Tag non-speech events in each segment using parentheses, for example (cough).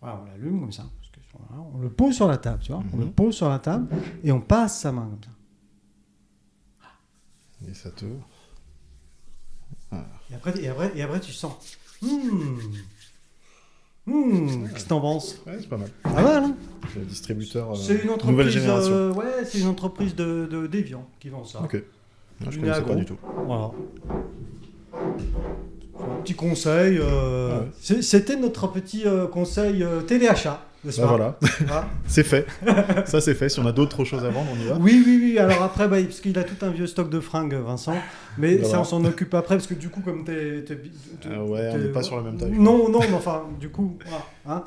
Voilà, on l'allume comme ça. parce que, voilà, on le pose sur la table, tu vois. On Mhm. le pose sur la table et on passe sa main comme ça. Et ça tourne. Et après, et après, et après tu sens. Hmm. Hmm. Qu'est-ce que t'en penses Ouais, c'est pas mal. Pas mal, hein C'est le distributeur euh, C'est une nouvelle entreprise, génération. euh, ouais, c'est une entreprise de, de d'Evian qui vend ça. Ok. Non, je Une connaissais agro. pas du tout. Voilà. Un petit conseil. euh, Ah ouais. c'est- C'était notre petit euh, conseil euh, téléachat. de ce Bah matin. voilà, Voilà. (laughs) c'est fait. ça c'est fait. Si on a d'autres choses à vendre, on y va. Oui, oui, oui. Alors après, bah, parce qu'il a tout un vieux stock de fringues, Vincent. Mais Bah ça, voilà. on s'en occupe après, parce que du coup, comme t'es. t'es- t'es- Euh, ouais, on t'es- n'est pas sur la même taille. Non, non, mais enfin, du coup. voilà, hein.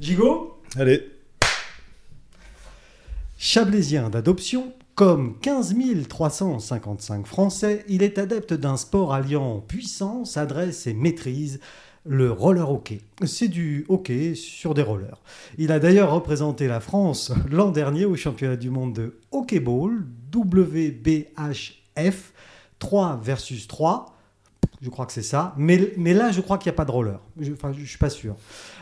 Gigot Allez, Chablaisien d'adoption, comme 15 355 Français, il est adepte d'un sport alliant puissance, adresse et maîtrise, le roller hockey. C'est du hockey sur des rollers. Il a d'ailleurs représenté la France l'an dernier au championnat du monde de hockey-ball, WBHF, 3 versus 3. Je crois que c'est ça. Mais, mais là, je crois qu'il n'y a pas de roller. Je- Enfin, je ne suis pas sûr.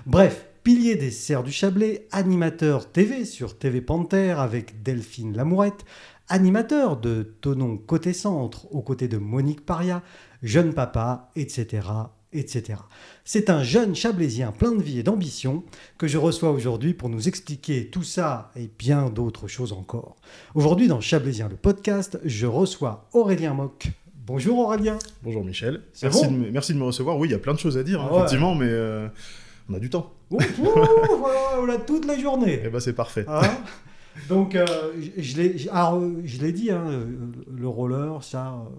Bref, pilier des Serres du Chablais, animateur TV sur TV Panthère avec Delphine Lamourette, animateur de Tonon Côté Centre aux côtés de Monique Paria, jeune papa, etc. etc. C'est un jeune Chablaisien plein de vie et d'ambition que je reçois aujourd'hui pour nous expliquer tout ça et bien d'autres choses encore. Aujourd'hui dans Chablaisien le podcast, je reçois Aurélien Mock. Bonjour Aurélien. bonjour Michel. C'est Merci, bon de me, merci de me recevoir. Oui, il y a plein de choses à dire, hein, Ah ouais. effectivement, mais euh, on a du temps. Ouh, ouh, voilà, on l'a toute la journée. Et bah c'est parfait. Hein Donc, euh, je- je l'ai- je alors, euh, je l'ai dit, hein, euh, le roller, ça. euh.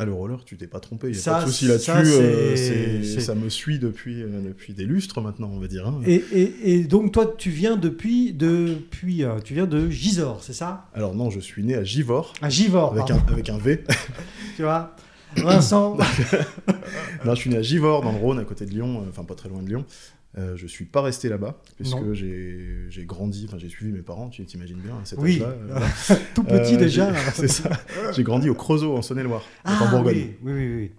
Ah, le roller, tu t'es pas trompé, il n'y a Ça, pas de souci ça, là-dessus. euh, c'est- c'est- c'est- ça me suit depuis, euh, depuis des lustres maintenant, on va dire. hein. euh. Et, et- et donc, toi, tu viens depuis. depuis euh, tu viens de Gisors, c'est ça Alors non, je suis né à Givor, À Givors, avec, pardon, un, avec un Euh, V. tu vois. Vincent, (laughs) non, Euh, je suis né à Givor, dans le Rhône, à côté de Lyon, euh, enfin pas très loin de Lyon. Euh, je suis pas resté là-bas, puisque Non. j'ai j'ai grandi, enfin j'ai suivi mes parents, tu t'imagines bien, à cet Oui. âge-là. euh, (laughs) tout petit Euh, déjà. j'ai- (laughs) C'est ça. J'ai grandi au Creusot, en Saône-et-Loire, donc en Ah, Bourgogne. oui, oui, oui. oui.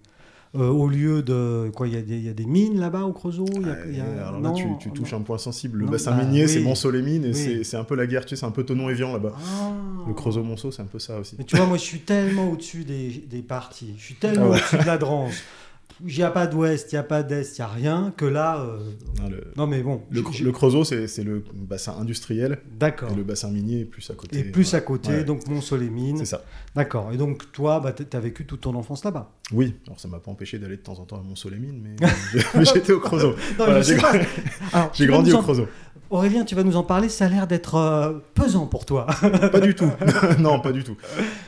Euh, au lieu de. Quoi, il y, a des- il y a des mines là-bas au Creusot il y a- il y a- Euh, Alors non, là, tu, tu non. touches un point sensible. Le Non, bassin bah, minier, c'est oui. Monceau-les-Mines, et Oui. c'est- c'est un peu la guerre, tu sais, c'est un peu tonon évian là-bas. Ah. Le Creusot-Monceau, c'est un peu ça aussi. Mais tu vois, moi, je suis tellement au-dessus des, des parties. Je suis tellement Ah ouais. au-dessus de la drance. Il n'y a pas d'ouest, il n'y a pas d'est, il n'y a rien. Que là. euh, Hein, le, Non, mais bon. le, je- Cre- je- le Creusot, c'est c'est le bassin industriel, D'accord. et le bassin minier est plus à côté. Et plus à voilà. côté, Ouais, donc C'est Mont-Solémine. ça. D'accord. Et donc, toi, bah, tu as vécu toute ton enfance là-bas. Oui, alors ça m'a pas empêché d'aller de temps en temps à Monceau-les-mines, mais mais (laughs) j'étais au Creusot. Non, Voilà, je sais j'ai pas. grandi- Alors, tu J'ai vas grandi nous au en- (laughs) Creusot. Aurélien, tu vas nous en parler. Ça a l'air d'être euh, pesant pour toi. (laughs) Pas du tout. (laughs) non, pas du tout.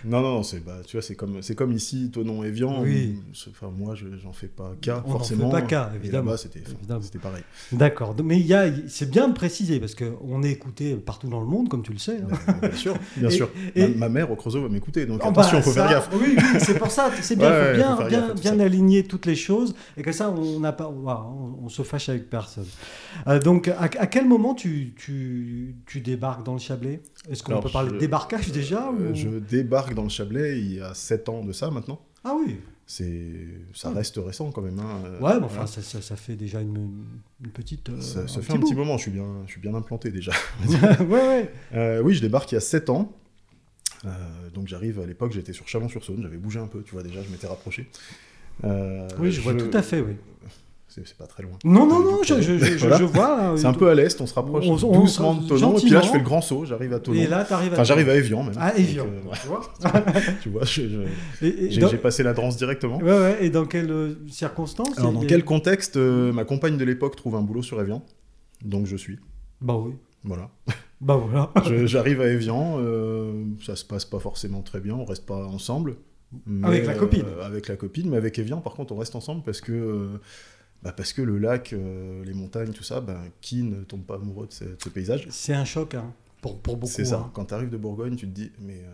Non, non, non, c'est bah, tu vois, c'est comme c'est comme ici, Tonon et Vian. Oui. on- c'est- Enfin, moi, je- j'en fais pas cas On n'en forcément. fait pas cas, Et évidemment. là-bas, c'était enfin, Évidemment. c'était (laughs) pareil. D'accord. Mais il y a... c'est bien de préciser parce qu'on est écouté partout dans le monde, comme tu le sais. hein. Mais- bien sûr, bien Et- sûr. et- Ma, ma mère au Creusot va m'écouter, donc Oh, attention, bah, faut ça, faire gaffe. Oui, oui, c'est pour ça, c'est bien, (laughs) Ouais, faut ouais, bien, faut faire bien, gaffe à tout bien ça. aligner toutes les choses et que ça, on n'a pas, voilà, on, on se fâche avec personne. Euh, donc, à, à quel moment tu, tu, tu débarques dans le Chablais Est-ce qu'on Alors, peut parler je- de débarquage déjà Euh, ou- Je débarque dans le Chablais il y a 7 ans de ça maintenant. Ah oui, C'est ça Hmm. reste récent quand même. hein. Euh, ouais, mais enfin, voilà. ça, ça, ça fait déjà une, une petite. euh, ça, ça fait un bout. petit moment. Je suis bien, je suis bien implanté déjà. (laughs) ouais, ouais. Euh, oui, je débarque il y a 7 ans. Euh, donc j'arrive à l'époque, j'étais sur Chalon-sur-Saône, j'avais bougé un peu, tu vois déjà, je m'étais rapproché. Euh, Oui, je vois tout à fait, oui. C'est c'est pas très loin. Non, non, du non, coup, je, je, je, voilà. je vois. euh, là, C'est un peu à l'est, on se rapproche On- on- doucement de Tonon, et puis là je fais le grand saut, j'arrive à Tonon. Et là, tu arrives à. Enfin, j'arrive à Evian même. Ah, Evian. Donc, euh, ouais, tu vois tu vois, je- je- Et- et j'ai dans- j'ai passé la drance directement. Ouais, ouais, et dans quelles euh, circonstances Alors, il y dans a- quel contexte euh, ma compagne de l'époque trouve un boulot sur Evian Donc je suis. Bah oui. Voilà. Bah voilà. Je- J'arrive à Evian, euh, ça se passe pas forcément très bien, on reste pas ensemble. mais, Avec la euh, copine. avec la copine, mais avec Evian, par contre, on reste ensemble parce que. euh, bah, parce que le lac, euh, les montagnes, tout ça, ben, qui ne tombe pas amoureux de ce, de ce paysage C'est un choc hein, pour, pour beaucoup. C'est ça. hein. Quand tu arrives de Bourgogne, tu te dis, mais. euh,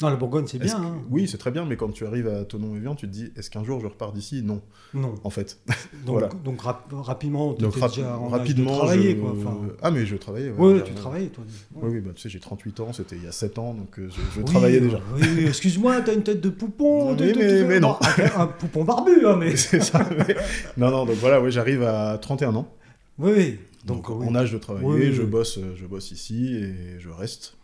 Non, la Bourgogne, c'est est-ce bien. que- hein. Oui, c'est très bien, mais quand tu arrives à Tonon-Evian, tu te dis, est-ce qu'un jour je repars d'ici Non, Non. en fait. Donc, Voilà. donc rap- rapidement, tu Donc, étais rap- déjà en âge de rapidement. travailler. je- Quoi, enfin. Ah, mais je travaillais. ouais, Ouais, j'ai- tu travaillais, toi. Oui, oui, bah, tu sais, j'ai 38 ans, c'était il y a 7 ans, donc euh, je, je Oui, travaillais déjà. Oui, oui, excuse-moi, t'as une tête de poupon. Oui, de- de- mais- de- mais non. Un, un (laughs) poupon barbu, hein, mais. C'est ça. mais- Non, non, donc voilà, ouais, j'arrive à 31 ans. Oui, oui. Donc, Donc, oui. en âge de travailler, Oui, oui, je, oui. Bosse, euh, je bosse ici et je reste.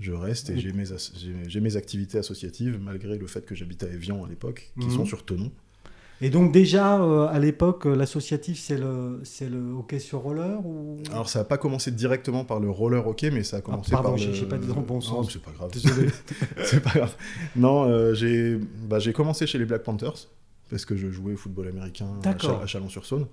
Je reste et Oui. j'ai mes, as- j'ai- j'ai mes activités associatives, malgré le fait que j'habite à Evian à l'époque, qui Mhm. sont sur Tenon. Et donc déjà, euh, à l'époque, euh, l'associatif, c'est le, c'est le hockey sur roller ou... Alors, ça n'a pas commencé directement par le roller hockey, mais ça a commencé Ah, pardon, par. j'ai- le- j'ai pas dit dans le bon Non, sens. mais c'est pas grave. Désolé. (laughs) c'est pas grave. Non, euh, j'ai bah, j'ai commencé chez les Black Panthers, parce que je jouais au football américain à, D'accord. Châ- à Chalon-sur-Saône.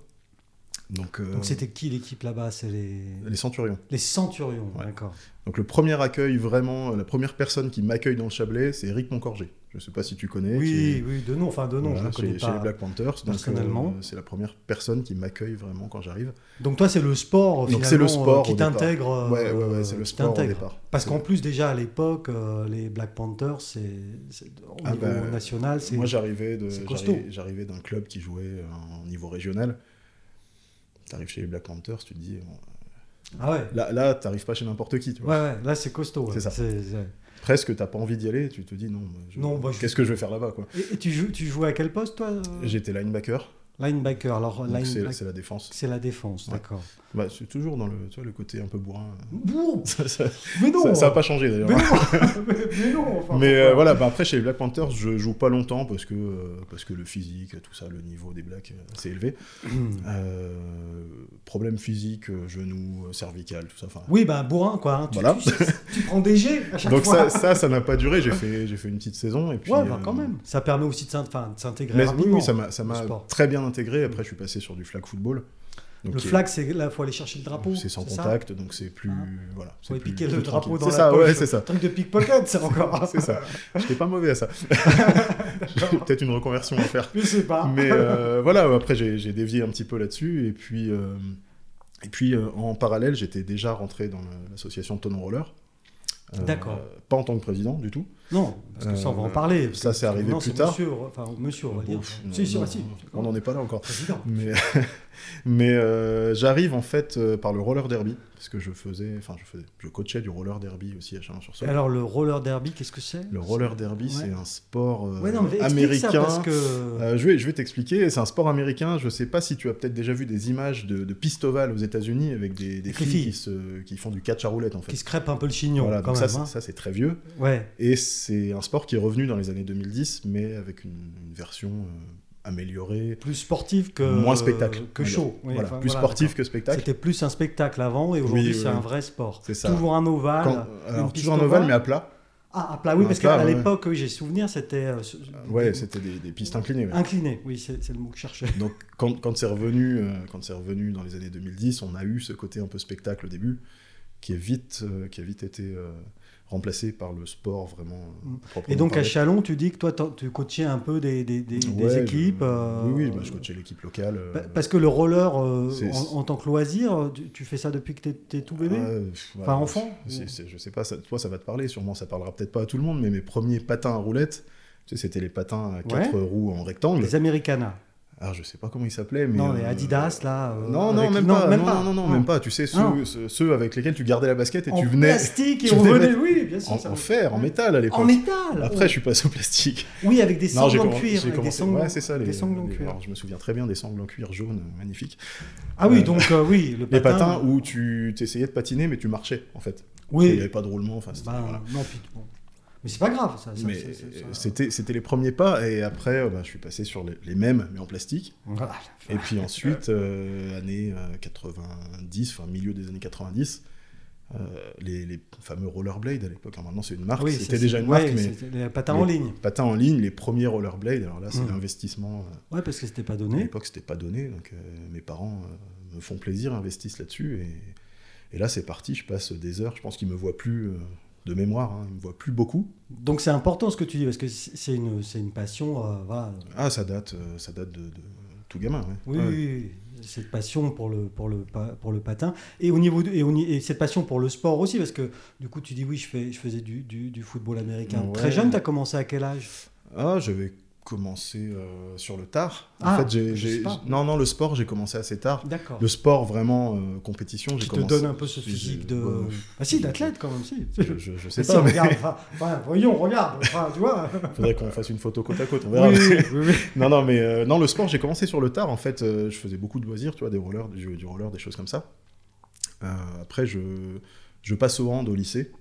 Donc, euh, (laughs) Donc c'était qui l'équipe là-bas C'est les... les Centurions. les Centurions, Ouais. d'accord. Donc, le premier accueil, vraiment, euh, la première personne qui m'accueille dans le Chablais, c'est Eric Moncorgé. Je sais pas si tu connais. Oui, qui- oui, de nom, enfin de nom, voilà, je ne chez, connais chez pas. les Black Panthers. Donc, personnellement. euh, c'est la première personne qui m'accueille vraiment quand j'arrive. Donc toi, c'est le sport Donc, finalement c'est le sport euh, qui au départ. t'intègre. euh, ouais, ouais, ouais, c'est le qui sport au t'intègre. départ. Parce C'est- qu'en plus, déjà à l'époque, euh, les Black Panthers, c'est, c'est- au Ah niveau bah, national, c'est. Moi, j'arrivais de, c'est costaud. j'arrivais, j'arrivais d'un club qui jouait en niveau régional. T'arrives chez les Black Panthers, tu te dis. bon, Ah ouais. Là, là t'arrives pas chez n'importe qui, tu ouais, vois. ouais, là c'est costaud. ouais. C'est ça. c'est- Presque, t'as pas envie d'y aller, tu te dis non. je- Non, bah, je- Qu'est-ce que je vais faire là-bas, quoi Et, et tu, joues, tu joues à quel poste toi euh J'étais linebacker, Linebacker. Alors, donc c'est, linebacker, c'est la défense. c'est la défense, Ouais. d'accord. Bah, c'est toujours dans le, tu vois, le côté un peu bourrin. Bon, ça, ça, mais non ça- ça a pas changé d'ailleurs. hein. Mais non, (laughs) mais non, enfin, Mais euh, pourquoi voilà, bah, après chez les Black Panthers, je joue pas longtemps parce que, euh, parce que le physique, tout ça, le niveau des Blacks, euh, c'est élevé. Euh, problème physique, euh, genou, euh, cervical, tout ça. enfin, (clears throat) Oui, bah bourrin quoi. hein. Tu, Voilà. tu, tu prends des jets à chaque Donc fois. ça, ça, ça n'a pas duré. J'ai fait, j'ai fait une petite saison et puis. ouais, bah, euh, quand même. Ça permet aussi de s'in- enfin, de s'intégrer Mais oui, rapidement. oui, ça m'a, ça m'a au sport. très bien intégré. Après, je suis passé sur du flag football. Donc, Le qui est- flag, c'est là, faut aller chercher le drapeau. C'est sans ça contact, donc c'est plus. Ah. Voilà. Faut c'est aller plus- piquer plus le tranquille. drapeau dans C'est la ça, poche. ouais, c'est ça. Truc de pickpocket, c'est encore. (laughs) (laughs) C'est ça. J'étais pas mauvais à ça. J'ai peut-être une reconversion à faire. Je sais pas. Mais euh, voilà, après, j'ai, j'ai dévié un petit peu là-dessus. Et puis, euh, et puis euh, en parallèle, j'étais déjà rentré dans le- l'association Tonon Roller. Euh, D'accord. Pas en tant que président du tout. Non, parce que ça, on va Euh, en parler. ça, c'est arrivé non, plus c'est tard. Monsieur, enfin, monsieur, on va dire. Bon, pff, si, non, si, non, bah, si. on n'en est pas là encore. Président. Mais, (laughs) mais euh, j'arrive en fait euh, par le roller derby, parce que je faisais, enfin je faisais, je coachais du roller derby aussi à Et Chalon-sur-Saône. Alors, le roller derby, qu'est-ce que c'est Le roller derby, Ouais. c'est un sport euh, Ouais, non, mais explique américain. ça parce que. Euh, je vais, je vais t'expliquer, c'est un sport américain, je sais pas si tu as peut-être déjà vu des images de, de piste ovale aux États-Unis avec des, des Avec les filles, filles. Qui, se- qui font du catch à roulette en fait. Qui se crêpe un peu le chignon, Voilà, quand donc ça, même. c'est- hein. ça c'est très vieux. Ouais. Et c'est un sport qui est revenu dans les années 2010, mais avec une, une version euh, améliorée, Plus sportif que. moins spectacle. Que on va dire. chaud. Oui, voilà, enfin, plus voilà, sportif d'accord. que spectacle. C'était plus un spectacle avant et aujourd'hui, Oui, oui, c'est oui. un vrai sport. C'est ça. Toujours un ovale. Quand- alors, une piste toujours un ovale, ovale. mais à plat. Ah, à plat, oui, Un parce plat, qu'à ouais. l'époque, oui, j'ai souvenir, c'était. euh, ce- Ouais, c'était des, des pistes inclinées. ouais. Incliné, oui, c'est c'est le mot que je cherchais. Donc, quand, quand c'est revenu, euh, quand c'est revenu dans les années 2010, on a eu ce côté un peu spectacle au début, qui est vite, euh, qui a vite été euh, remplacé par le sport vraiment. euh, Mm. proprement Et donc à parlé. Chalon, tu dis que toi, t'en- tu coachais un peu des, des- des- des Ouais, je- équipes. euh, Oui, oui, bah, je coachais l'équipe locale. euh, pa- Parce que le roller, euh, C'est- en, en tant que loisir, tu, tu fais ça depuis que t'es- t'es tout bébé euh, pff, Enfin, ouais, enfant c'est- c'est- Je sais pas, ça- toi ça va te parler, sûrement ça parlera peut-être pas à tout le monde, mais mes premiers patins à roulettes, tu sais, c'était les patins à quatre roues en rectangle. Les Americanas. Ah, je sais pas comment ils s'appelaient, mais. non, les euh, Adidas, là. euh, Non, non, avec- même pas. même non, non, non, non, Ah. même pas. Tu sais, Non. ceux, ceux- ceux avec lesquels tu gardais la basket et En tu venais plastique et tu on venais- venait, oui, bien sûr. en, ça- en fer, en métal à En l'époque. métal Après, je suis passé au plastique. Oui, avec des sangles en commen- cuir. avec des sangles- ouais, c'est ça, les, des sangles en les- cuir. alors, je me souviens très bien des sangles en cuir jaunes, euh, magnifiques. Ah oui, euh, donc euh, oui, le patin. Les patins où tu t'essayais de patiner, mais tu marchais, en fait. Il n'y Oui, avait pas de roulement. Enfin, c'était- bah, voilà. non, puis bon. Mais c'est pas grave, ça. ça- Mais ça- ça- ça- euh, c'était c'était les premiers pas, et après, euh, bah, je suis passé sur les, les mêmes, mais en plastique. Voilà. Et puis ensuite, euh, années euh, 90, enfin milieu des années 90, euh, les, les fameux rollerblades à l'époque. hein, Maintenant, c'est une marque. Oui, C'était ça, déjà c'est- une marque, ouais, mais c'était les patins en les ligne. patins en ligne, les premiers rollerblades. Alors là, c'est Mm. l'investissement. euh, Ouais, parce que c'était pas À donné. l'époque, c'était pas donné, donc euh, mes parents euh, me font plaisir, investissent là-dessus, et, et là, c'est parti. Je passe des heures. Je pense qu'ils me voient plus. euh, de mémoire, hein, ils me voient plus beaucoup. Donc c'est important ce que tu dis parce que c'est c'est une, c'est une passion. euh, voilà. Ah, ça date, euh, ça date de, de tout gamin. ouais. Ah, Oui, Ouais. oui, oui, cette passion pour le, pour le, pa- pour le patin et au niveau de- et, au ni- et cette passion pour le sport aussi parce que du coup tu dis oui je fais je faisais du, du, du football américain Ouais. très jeune. T'as commencé à quel âge Ah, j'avais commencé euh, sur le tard. En Ah, fait, j'ai, je j'ai- sais pas. non, non, le sport, j'ai commencé assez tard. D'accord. Le sport vraiment euh, compétition, j'ai Qui te commencé. donne un peu ce j'ai- physique de ouais, ah si d'athlète quand même si. je, je- je sais Si, pas, mais regarde, enfin, enfin, voyons regarde enfin, tu vois. (laughs) faudrait qu'on fasse une photo côte à côte. On Oui, verra. oui, (laughs) oui, oui. non, non, mais euh, non, le sport, j'ai commencé sur le tard. En fait, euh, je faisais beaucoup de loisirs, tu vois, des rollers, du, du roller, des choses comme ça. Euh, après, je, je passe au hand au lycée,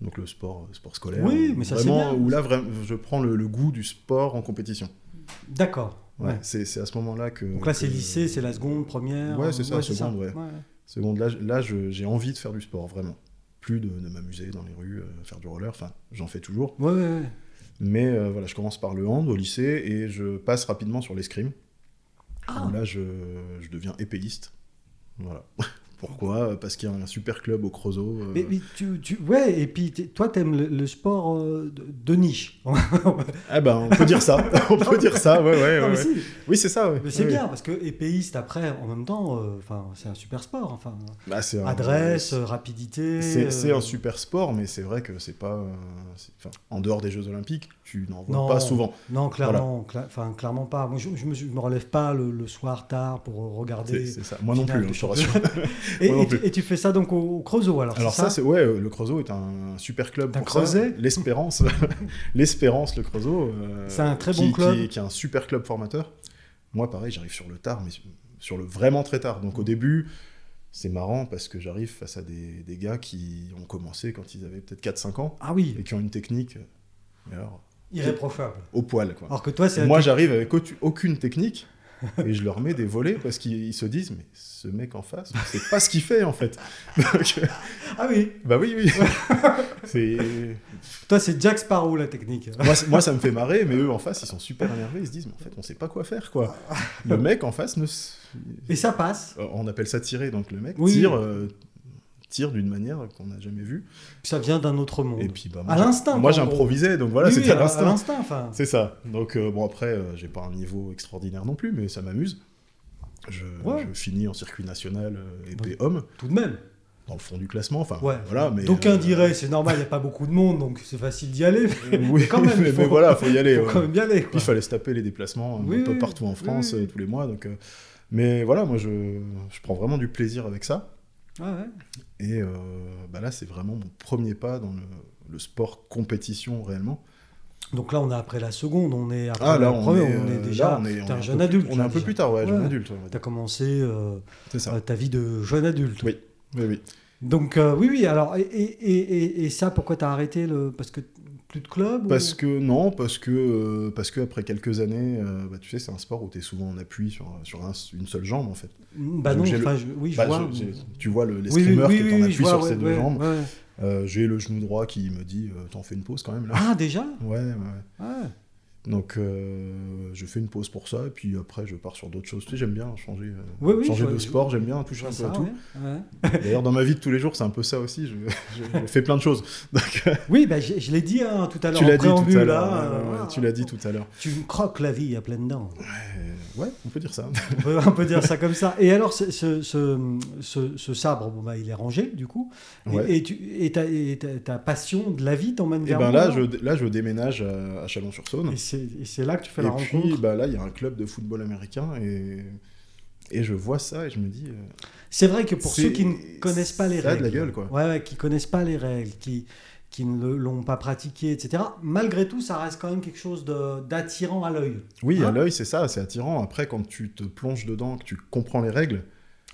donc le sport, euh, sport scolaire. Oui, mais ça, c'est vraiment, bien. Où là, vraiment, je prends le, le goût du sport en compétition. D'accord. Ouais, Ouais. C'est c'est à ce moment-là que. Donc là, c'est que- lycée, c'est la seconde, première. euh, Ouais, c'est ça, seconde, ouais. ouais. Seconde, là, je- là, je- j'ai envie de faire du sport, vraiment. Plus de, de m'amuser dans les rues, euh, faire du roller, enfin, j'en fais toujours. Ouais, ouais, ouais. Mais euh, voilà, je commence par le hand au lycée et je passe rapidement sur l'escrime. Ah, Où Là, je, je deviens épéiste. Voilà. (laughs) Pourquoi Parce qu'il y a un super club au Creusot. euh, mais, mais tu, tu- ouais, et puis t'es- toi, t'aimes le, le sport euh, de, de niche. (laughs) Non, Ah ben, on peut dire (laughs) ça. on peut dire ça, ouais, ouais. ouais, mais ouais. si, Oui, c'est ça, ouais. mais c'est Ouais, bien, parce que épéiste, après, en même temps, euh, enfin, c'est un super sport. Enfin, ouais. Bah, c'est un- adresse, euh, rapidité. C'est euh, c'est un super sport, mais c'est vrai que c'est pas. euh, c'est- enfin, en dehors des Jeux Olympiques, tu n'en vois Non. pas souvent. Non, clairement, cla- enfin, clairement pas. Moi, je, je me, je me relève pas le, le soir tard pour C'est regarder. c'est ça. Moi non finales plus, de hein, je te championnat. rassure. (laughs) Et, Moi non et tu, plus. et tu fais ça donc au, au Creusot, alors, Alors Ah, c'est ça, c'est ouais, euh, le Creusot est un super club Un pour ça. creuset L'Espérance, (laughs) l'Espérance, le Creusot. euh, C'est un très qui- bon qui- club. qui est un super club formateur. Moi, pareil, j'arrive sur le tard, mais sur- sur le vraiment très tard. Donc au début, c'est marrant parce que j'arrive face à des, des gars qui ont commencé quand ils avaient peut-être 4-5 ans Ah et oui, qui ont une technique, euh, mais alors, irréprochable. au poil quoi. Alors que toi, c'est la Moi, j'arrive avec autu- aucune technique et je leur mets des volets parce qu'ils ils se disent mais ce mec en face, on sait pas ce qu'il fait en fait. (laughs) Donc, Ah oui, bah oui, oui. (laughs) C'est- euh, toi c'est Jack Sparrow la technique. moi, c- moi, ça me fait marrer, mais eux en face, ils sont super énervés. Ils se disent, mais en fait, on sait pas quoi faire, quoi. Le mec en face, ne... s- Et ça passe, Euh, on appelle ça tirer. Donc le mec Oui. tire, euh, tire d'une manière qu'on n'a jamais vue. ça vient d'un autre monde. Et puis, bah, Oh. À j'a- l'instinct, Moi, quoi, en j'improvisais, donc voilà, Oui, c'était oui, à l'instinct. l'instinct. Enfin, C'est ça. Donc euh, bon, après, euh, j'ai pas un niveau extraordinaire non plus, mais ça m'amuse. Je, Ouais. je finis en circuit national euh, épée homme, tout de même. dans le fond du classement. Enfin, Ouais. Ah, voilà. Mais D'aucuns euh, diraient, c'est normal, il n'y a pas beaucoup de monde, donc c'est facile d'y aller. mais (laughs) Oui, quand même, mais, faut- mais voilà, faut y aller. (laughs) faut ouais. quand même y aller. Puis quoi. il fallait se taper les déplacements euh, Oui, un peu oui, partout en France oui. euh, tous les mois. Donc, euh, mais voilà, moi je, je prends vraiment du plaisir avec ça. Ouais, Ah, ouais. Et euh, bah là, c'est vraiment mon premier pas dans le, le sport compétition réellement. Donc là, on est après la seconde, on est après Ah là, la on, première, est, on est euh, déjà. là, on est, on t'es est un peu jeune plus- adulte. hein, On est un peu plus tard, ouais, jeune Ouais. adulte. on va Tu as dire. commencé euh, C'est ça. euh, ta vie de jeune adulte. Oui. Oui, oui. Donc euh, oui, oui. Alors et, et- et- et- et ça, pourquoi t'as arrêté le Parce que plus de club. ou- Parce que non, parce que euh, parce que après quelques années, euh, bah, tu sais, c'est un sport où tu es souvent en appui sur, sur un- une seule jambe en fait. Bah non. Donc, j'ai le- Enfin, je- oui, je Bah, vois. je- mais- j'ai- tu vois le- Oui, oui, l'escrimeur oui, qui est oui, en je appui vois, sur ouais, ses deux ouais, jambes. ouais. Euh, J'ai le genou droit qui me dit euh, t'en fais une pause quand même là. Ah (laughs) déjà. Ouais, ouais. Ouais. Donc euh, je fais une pause pour ça, et puis après je pars sur d'autres choses. Tu sais, j'aime bien changer, euh, Oui, oui, changer je- de je- sport, j'aime bien toucher un peu Ça, à tout. ouais, ouais. D'ailleurs, dans ma vie de tous les jours, c'est un peu ça aussi. Je, (laughs) je- je fais plein de choses. Donc, euh, Oui, bah, je, je l'ai dit hein, tout à l'heure. tu en l'as dit tout à préambule, l'heure. hein, ouais, ouais, euh, ouais, Tu l'as dit tout à l'heure. Tu me croques la vie à pleines dents. Euh, ouais, on peut dire ça. On peut, on peut dire ça comme ça. Et alors, ce, ce, ce- ce- ce sabre, bon, bah, il est rangé, du coup. Et- Ouais. Et, tu, et, ta, et ta- ta passion de la vie t'emmène Et vers ben moi. là, je là je déménage à, à Chalon-sur-Saône. Et c'est et c'est là que tu fais Et la puis rencontre. bah, là, il y a un club de football américain et et je vois ça et je me dis. euh, C'est vrai que pour c'est- ceux qui ne connaissent pas les ça a de règles, la gueule, quoi. Ouais, ouais, qui connaissent pas les règles, qui qui ne le- l'ont pas pratiqué, etc. Malgré tout, ça reste quand même quelque chose de- d'attirant à l'œil. Oui, Hein à l'œil, c'est ça, c'est attirant. Après, quand tu te plonges dedans, que tu comprends les règles.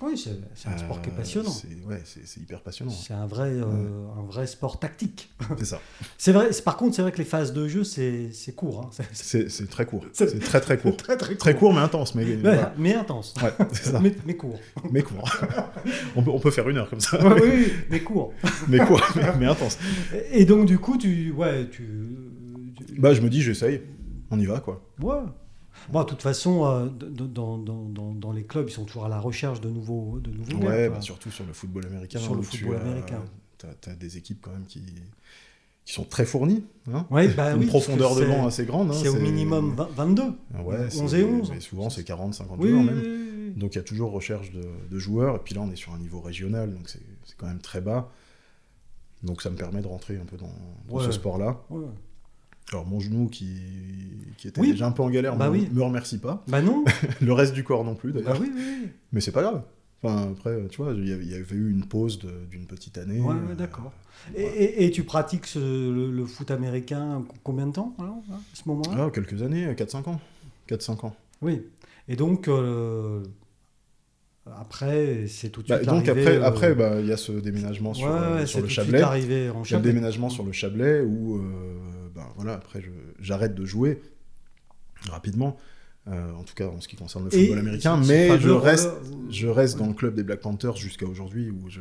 Oui, c'est c'est un sport qui est euh, passionnant. c'est- Ouais, c'est c'est hyper passionnant. C'est un vrai, euh, un vrai sport tactique. C'est ça. C'est vrai. c'est- Par contre, c'est vrai que les phases de jeu, c'est c'est court. hein. C'est c'est C'est c'est très court. C'est- C'est très très court. très (laughs) très court. Très court mais intense, mais Ouais, voilà. Mais intense. Ouais, Ah, c'est (laughs) ça. Mais, mais court. Mais court. on, peut, on peut faire une heure comme ça. Ouais, oui, oui, mais court. (laughs) Mais court, mais, mais intense. Et et donc, du coup, tu. Ouais, tu. tu- Bah, je me dis, j'essaye. On y va, quoi. Ouais. Bon, de toute façon, euh, d- d- dans, dans- dans- dans les clubs, ils sont toujours à la recherche de nouveaux, de nouveaux gars, Ouais, quoi. bah, surtout sur le football américain. Sur le où tu football as- américain. T'as t'as des équipes quand même qui, qui sont très fournies. hein. Ouais, bah Une oui, profondeur parce de que banc c'est- assez grande. hein, C'est au minimum 20 22. Ouais, 11 c'est- et 11. mais souvent, c'est 40, 50 Oui, joueurs oui, hein, même. oui, oui. Donc il y a toujours recherche de, de joueurs, et puis là on est sur un niveau régional, donc c'est c'est quand même très bas. Donc ça me permet de rentrer un peu dans, dans Ouais. ce sport-là. Ouais. Alors mon genou qui, qui était Oui. déjà un peu en galère, Bah me, oui. me remercie pas. (laughs) Bah non. Le reste du corps non plus bah d'ailleurs. oui, oui, oui. Mais c'est pas grave. Enfin après, tu vois, il y avait- il y avait eu une pause de- d'une petite année. Ouais, ouais, euh, d'accord. Et, et- et tu pratiques ce- le, le foot américain co- combien de temps alors, hein, à ce moment-là ah, quelques années, 4-5 ans. 4-5 ans. Oui. Et donc, euh, Après, c'est tout de Bah, suite donc l'arrivée, après, euh, après, bah, il y a ce déménagement sur, ouais, euh, ouais, c'est sur le tout de Chablais. suite l'arrivée en Il y a le Chablais. déménagement sur le Chablais où, euh, ben voilà, après, je- j'arrête de jouer rapidement, euh, en tout cas en ce qui concerne le Et football américain, ce mais fameux euh, je reste, roller- je reste dans le club des Black Panthers jusqu'à aujourd'hui où je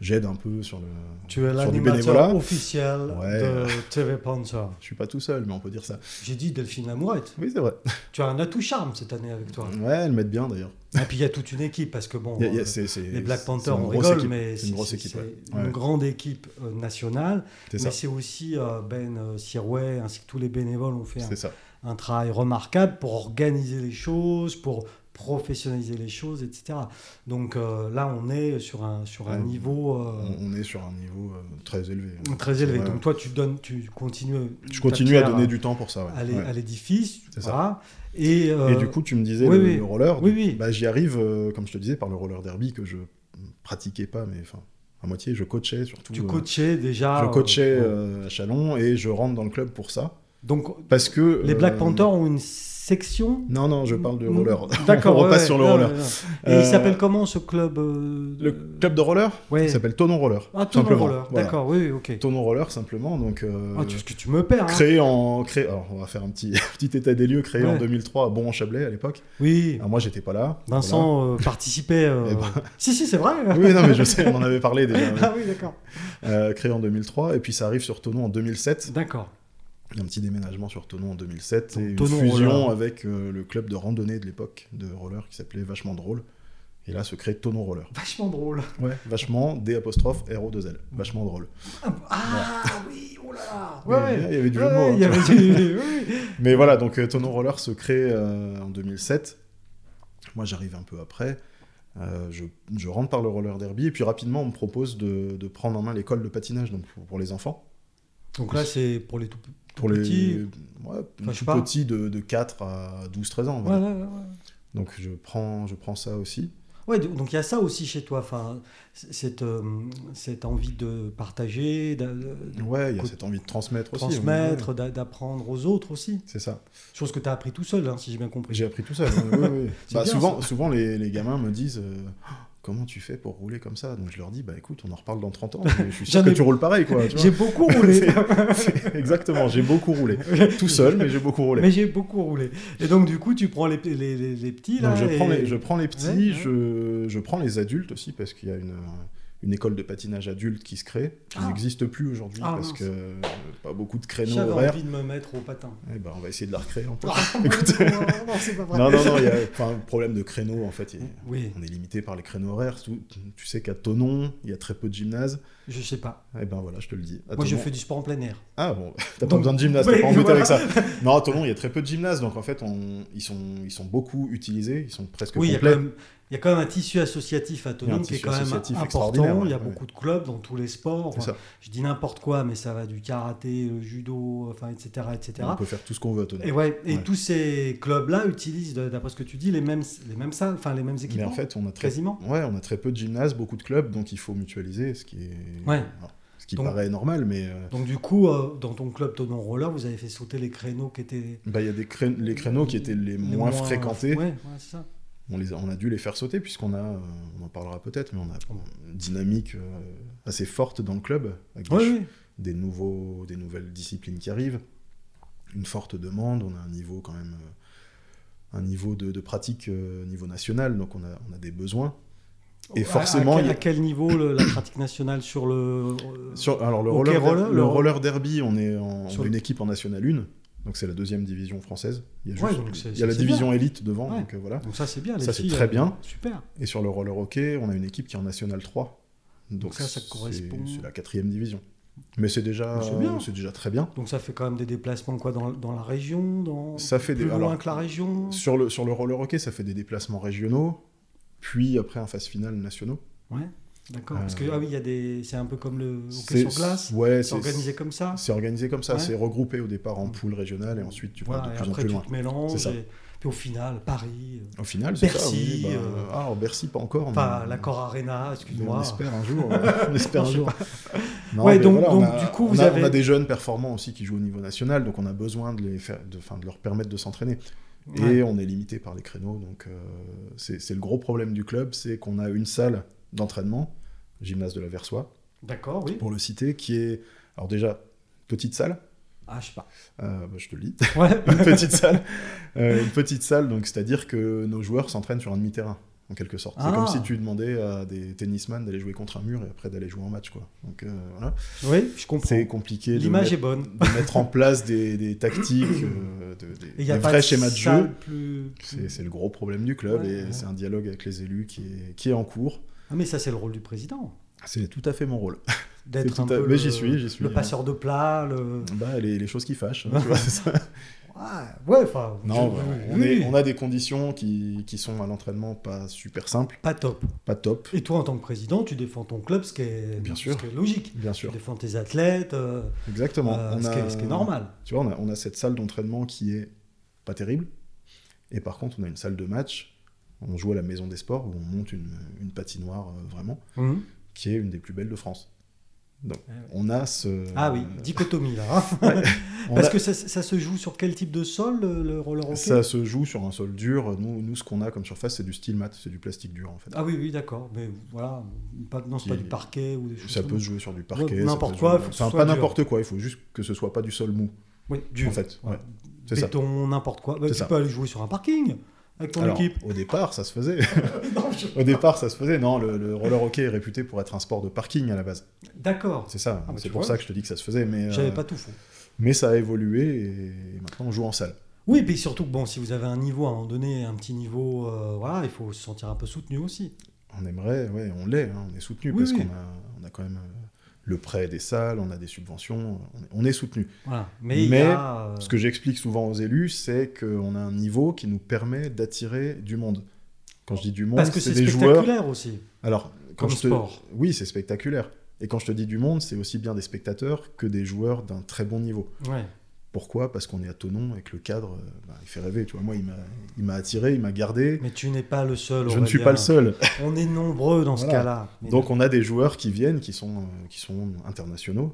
j'aide un peu sur le Tu es sur du l'animateur bénévolat. officiel Ouais. de TV Panther. Je suis pas tout seul, mais on peut dire ça. J'ai dit Delphine Lamouette. Oui, c'est vrai. Tu as un atout charme cette année avec toi. Ouais, elles m'aident bien d'ailleurs. Et puis il y a toute une équipe parce que bon, Il y a- il y a- euh, c'est- c'est- les Black c'est Panthers, une on grosse rigole, équipe. mais c'est une grosse c'est- équipe. c'est ouais. une Ouais, grande équipe euh, nationale. C'est ça. Mais c'est aussi euh, Ben euh, Sirouet ainsi que tous les bénévoles ont fait un, C'est ça. un travail remarquable pour organiser les choses, pour professionnaliser les choses, etc. Donc euh, là, on est sur un, sur un Ouais. niveau euh, On, on est sur un niveau euh, très élevé. très élevé. Ouais. Donc toi, tu donnes, tu continues. je ta continue à pierre donner du temps pour ça. ouais. à l'é- Ouais. à l'édifice. C'est ça. voilà. Et, Et euh, du coup, tu me disais oui, le, oui. le roller. Oui, oui. Bah, J'y arrive, euh, comme je te disais, par le roller derby que je pratiquais pas, mais enfin, à moitié, je coachais surtout. tu euh, coachais déjà. je euh, coachais bon. euh, à Chalon et je rentre dans le club pour ça. Donc Parce que. les Black euh, Panthers ont une section. Non, non, je parle de Mm, roller. (laughs) (laughs) D'accord. On repasse ouais, sur le ouais, roller. ouais, ouais. Et Euh, il s'appelle comment ce club euh, Le club de roller ouais. Il s'appelle Tonon Roller. Ah, Tonon simplement. Roller. Voilà. D'accord, oui, oui, ok. Tonon Roller, simplement. Donc, euh, Ah, tu, parce que tu me perds. hein. créé en. Créé... Alors, on va faire un petit, (laughs) petit état des lieux, créé en Ouais. 2003 à Bon-en-Chablais à l'époque. Oui, Alors, moi, j'étais pas là. Ah, Voilà. Vincent euh, participait. euh, Eh ben. (laughs) Si, si, c'est vrai. Oui, (laughs) non, mais je sais, on en avait parlé déjà. ah oui, d'accord. Euh, créé en 2003, et puis ça arrive sur Tonon en 2007. D'accord. Un petit déménagement sur Tonon en 2007, et Thonon une fusion Roller. avec euh, le club de randonnée de l'époque, de roller, qui s'appelait Vachement Drôle. Et là se crée Tonon Roller. Vachement drôle. (laughs) Ouais. Vachement, D apostrophe, R-O-2-L. Vachement drôle. Ah oui, oh là là. Mais, Ouais, ouais. euh, Il y avait du jeu Ouais, de mots, hein, il y tu vois. avait du- (laughs) oui, oui. Mais voilà, donc euh, Tonon Roller se crée euh, en 2007. Moi, j'arrive un peu après. Euh, je, je rentre par le roller derby, et puis rapidement, on me propose de, de prendre en main l'école de patinage donc pour- pour les enfants. Donc là, c'est pour les tout, tout pour les petits. ouais, je sais tout pas. petits de, de 4 à 12-13 ans. Ouais, voilà. ouais, ouais, ouais. Donc je prends, je prends ça aussi. Ouais, do- donc il y a ça aussi chez toi, enfin, c- cette, euh, cette envie de partager, d'a- de Ouais, il y a Écoute, cette envie de transmettre aussi. transmettre, ouais, d'a- d'apprendre aux autres aussi. C'est ça. Chose que tu as appris tout seul, hein, si j'ai bien compris. J'ai appris tout (laughs) ça. ouais, ouais, ouais. C'est Bah, bien, souvent, souvent les, les gamins me disent euh, Comment tu fais pour rouler comme ça Donc je leur dis Bah écoute, on en reparle dans 30 ans. mais (laughs) je suis sûr J'en que ai- tu roules pareil. Quoi, tu vois. J'ai (laughs) beaucoup roulé. C'est- Exactement, j'ai beaucoup roulé. Tout seul, mais j'ai beaucoup roulé. Mais j'ai beaucoup roulé. Et donc, du coup, tu prends les, les, les, les petits, là. Donc je prends, et- les, je prends les petits, Ouais, ouais. Je, je prends les adultes aussi, parce qu'il y a une, une école de patinage adulte qui se crée, qui Ah. n'existe plus aujourd'hui, Ah, parce mince. que euh, pas beaucoup de créneaux J'avais horaires. envie de me mettre au patin. Eh ben, on va essayer de la recréer un peu. Écoute. non, non, c'est pas vrai. non, non, non, il y a enfin, problème de créneaux, en fait. il y a- Oui, on est limité par les créneaux horaires. Tout- tu sais qu'à Tonon, il y a très peu de gymnase. je sais pas. Eh ben voilà, je te le dis. À Moi, je Thonon- fais du sport en plein air. Ah bon, (laughs) t'as pas Donc, besoin de gymnase, t'as oui, pas en doute voilà. avec ça. Non, à Tonon, il y a très peu de gymnases, donc en fait, on- ils, sont, ils sont beaucoup utilisés, ils sont presque Oui, il y, a quand complets. même, il y a quand même un tissu associatif à Il y a Tonon un qui est tissu quand même associatif important. extraordinaire, Il y a ouais, beaucoup de clubs dans tous les sports. C'est ça. je dis n'importe quoi, mais ça va du karaté, le judo, enfin, etc. etc. On peut faire tout ce qu'on veut à Tonon. Et, ouais, et Ouais. tous ces clubs-là utilisent, d'après ce que tu dis, les mêmes, les mêmes salles, enfin, les mêmes Mais équipements. en fait, on a très, quasiment. ouais, on a très peu de gymnases, beaucoup de clubs, donc il faut mutualiser, ce qui est, Ouais. Alors, ce qui Donc- paraît normal, mais euh, Donc du coup, euh, dans ton club Tonon Roller, vous avez fait sauter les créneaux qui étaient bah, il y a des cré- les créneaux qui étaient les, moins, fréquentés. Mmh, Ouais, ouais, c'est ça. On, les a, on a dû les faire sauter puisqu'on a, euh, on en parlera peut-être, mais on a une dynamique euh, assez forte dans le club avec des, Ouais, ch- ouais. des nouveaux, des nouvelles disciplines qui arrivent, une forte demande. On a un niveau quand même, euh, un niveau de, de pratique euh, niveau national, donc on a, on a des besoins. Et À- forcément, à, il quel, y a- à quel niveau le- la pratique nationale sur le euh, Sur- alors le, Ok, roller, roller, le le- roller derby, on est en Sur on est le- une équipe en National 1, donc c'est la deuxième division française. Il y a, Ouais, juste- donc c'est- il y a la c'est division élite devant, Ouais. donc euh, voilà. Donc ça c'est bien. les Ça, c'est filles, très euh, bien. Super. Et sur le roller hockey, on a une équipe qui est en National 3. Donc, Donc ça, ça c'est- correspond- C'est la quatrième division. Mais c'est déjà, Mais c'est bien. c'est déjà très bien. Donc ça fait quand même des déplacements quoi dans, dans la région, dans Ça fait plus des- loin alors, que la région. Sur le, sur le roller hockey, ça fait des déplacements régionaux, puis après un phase finale nationaux. D'accord. Parce que Euh, ah oui, il y a des, c'est un peu comme le hockey C'est- sur glace. Ouais, C'est organisé comme ça. C'est organisé comme ça. Ouais. C'est regroupé au départ en Mm. poule régionale et ensuite tu vas Voilà, de et plus en après plus tu loin. te mélanges. ça. Et... Puis au final, Paris. euh, Au final, c'est ça. Bercy, oui, bah, euh, ah, alors Bercy, pas encore. Enfin, mais- l'accord Arena, Mais excuse-moi. On espère un (laughs) jour. euh, on espère Non, un je sais jour. Non, Ouais, mais donc- on donc, a- du coup, on vous a- avez- On a des jeunes performants aussi qui jouent au niveau national, donc on a besoin de, les faire, de, enfin, de leur permettre de s'entraîner. Et on est limité par les créneaux. Donc, euh, c'est c'est le gros problème du club c'est qu'on a une salle d'entraînement, gymnase de la Versoie, D'accord, oui. pour le citer, qui est. Alors, déjà, petite salle, Ah, je sais pas. euh, bah, je te le dis, (laughs) Ouais. une petite salle. Euh, une petite salle, donc c'est-à-dire que nos joueurs s'entraînent sur un demi-terrain, en quelque sorte. Ah. C'est comme si tu demandais à des tennisman d'aller jouer contre un mur et après d'aller jouer en match, quoi. Donc, euh, voilà. oui, je comprends. C'est compliqué de L'image mettre, est bonne. de mettre en place des, des tactiques, euh, de- des, Et il y a des pas vrais schémas de salle jeu. plus- C'est c'est le gros problème du club Ouais, et ouais. c'est un dialogue avec les élus qui est, qui est en cours. Ah, mais ça, c'est le rôle du président. C'est tout à fait mon rôle. D'être C'est un tout à- peu mais le- j'y suis, j'y suis, le hein. passeur de plat. Le... Bah, les, les choses qui fâchent. hein, tu vois, (laughs) c'est ça. Ah, ouais, enfin. Non, je- bah, oui, on, oui, est- oui. on a des conditions qui, qui sont à l'entraînement pas super simples, Pas top. pas top, Et toi, en tant que président, tu défends ton club, ce qui est, Bien ce sûr. qui est logique. bien Tu sûr. défends tes athlètes, euh, Exactement. euh, on ce, qui a- est, ce qui est normal. Tu vois, on a, on a cette salle d'entraînement qui est pas terrible. Et par contre, on a une salle de match. On joue à la maison des sports où on monte une, une patinoire euh, vraiment, Mhm. qui est une des plus belles de France. Donc, Ah ouais. on a ce. Ah oui, dichotomie là. hein. (laughs) on Parce a- que ça, ça se joue sur quel type de sol, le, le roller hockey ça se joue sur un sol dur. Nous, nous ce qu'on a comme surface, c'est du steel mat, c'est du plastique dur en fait. Ah oui, oui, d'accord. Mais voilà, pas, non, c'est pas Qui- du parquet ou des choses ça comme peut se jouer sur du parquet. Ouais, ça peut n'importe se quoi, jouer- faut que ce Enfin, soit pas dur. n'importe quoi, il faut juste que ce soit pas du sol mou. Oui, du En fait, ouais. C'est ça. béton, n'importe quoi. Bah, C'est tu ça. peux aller jouer sur un parking avec ton Alors, (laughs) équipe. au départ, ça se faisait. Non, je- au départ, ça se faisait. Non, le- le roller hockey est réputé pour être un sport de parking à la base. D'accord. C'est ça, hein. Ah bah, tu c'est pour vois. ça que je te dis que ça se faisait, mais, euh, J'avais pas tout faux. mais ça a évolué et maintenant on joue en salle. Oui, et puis surtout que bon, si vous avez un niveau à un moment donné, un petit niveau, euh, voilà, il faut se sentir un peu soutenu aussi. On aimerait, ouais, on l'est, hein, on est soutenu Oui, parce oui. qu'on a, on a quand même euh, le prêt des salles, on a des subventions, on est, on est soutenu. Voilà. Mais, il y Mais, a, euh, Ce que j'explique souvent aux élus, c'est qu'on a un niveau qui nous permet d'attirer du monde. Quand je dis du monde, parce que c'est c'est des joueurs. spectaculaire aussi. Alors, quand Comme je te... sport. Oui, c'est spectaculaire. Et quand je te dis du monde, c'est aussi bien des spectateurs que des joueurs d'un très bon niveau. Ouais. Pourquoi Parce qu'on est à Tonon et que le cadre, euh, bah, il fait rêver. Tu vois, moi, il m'a- il m'a attiré, il m'a gardé. Mais tu n'es pas le seul. Je ne suis Aurélien. pas le seul. On est nombreux dans ce Voilà. cas-là. Mais- Donc on a des joueurs qui viennent, qui sont, euh, qui sont internationaux.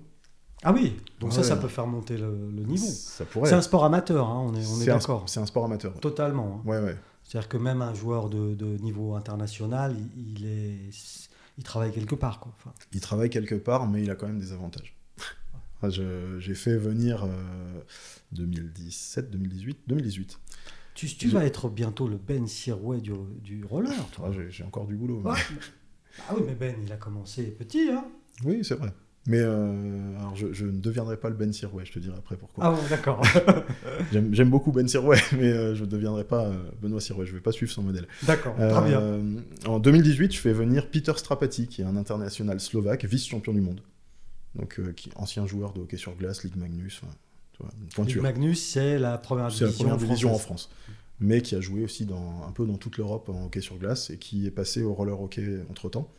ah oui, donc ça, Ouais. ça peut faire monter le, le niveau. Ça pourrait. C'est un sport amateur, hein, on est, on est C'est un- d'accord. C'est un sport amateur. ouais. Totalement. hein. Ouais, ouais. C'est-à-dire que même un joueur de, de niveau international, il, il est, il travaille quelque part. Quoi. Enfin, Il travaille quelque part, mais il a quand même des avantages. (laughs) Enfin, je- J'ai fait venir euh, 2017, 2018, 2018. tu tu Je- vas être bientôt le Ben Sirouet du, du roller, toi. Ah, J'ai j'ai encore du boulot. mais- Ouais. Ah oui, mais Ben, il a commencé petit. Hein Oui, c'est vrai. Mais euh, alors, je, je ne deviendrai pas le Ben Sirouet, je te dirai après pourquoi. ah bon, (laughs) d'accord. J'aime j'aime beaucoup Ben Sirouet, (laughs) mais euh, je ne deviendrai pas euh, Benoît Sirouet, je ne vais pas suivre son modèle. d'accord, Euh, très bien. En 2018, je fais venir Peter Strapati, qui est un international slovaque, vice-champion du monde. Donc, euh, qui, ancien joueur de hockey sur glace, Ligue Magnus, enfin, tu vois, une Ligue pointure. Magnus, c'est la première C'est division, la première division en française. France. Mais qui a joué aussi dans, un peu dans toute l'Europe en hockey sur glace et qui est passé au roller hockey entre temps.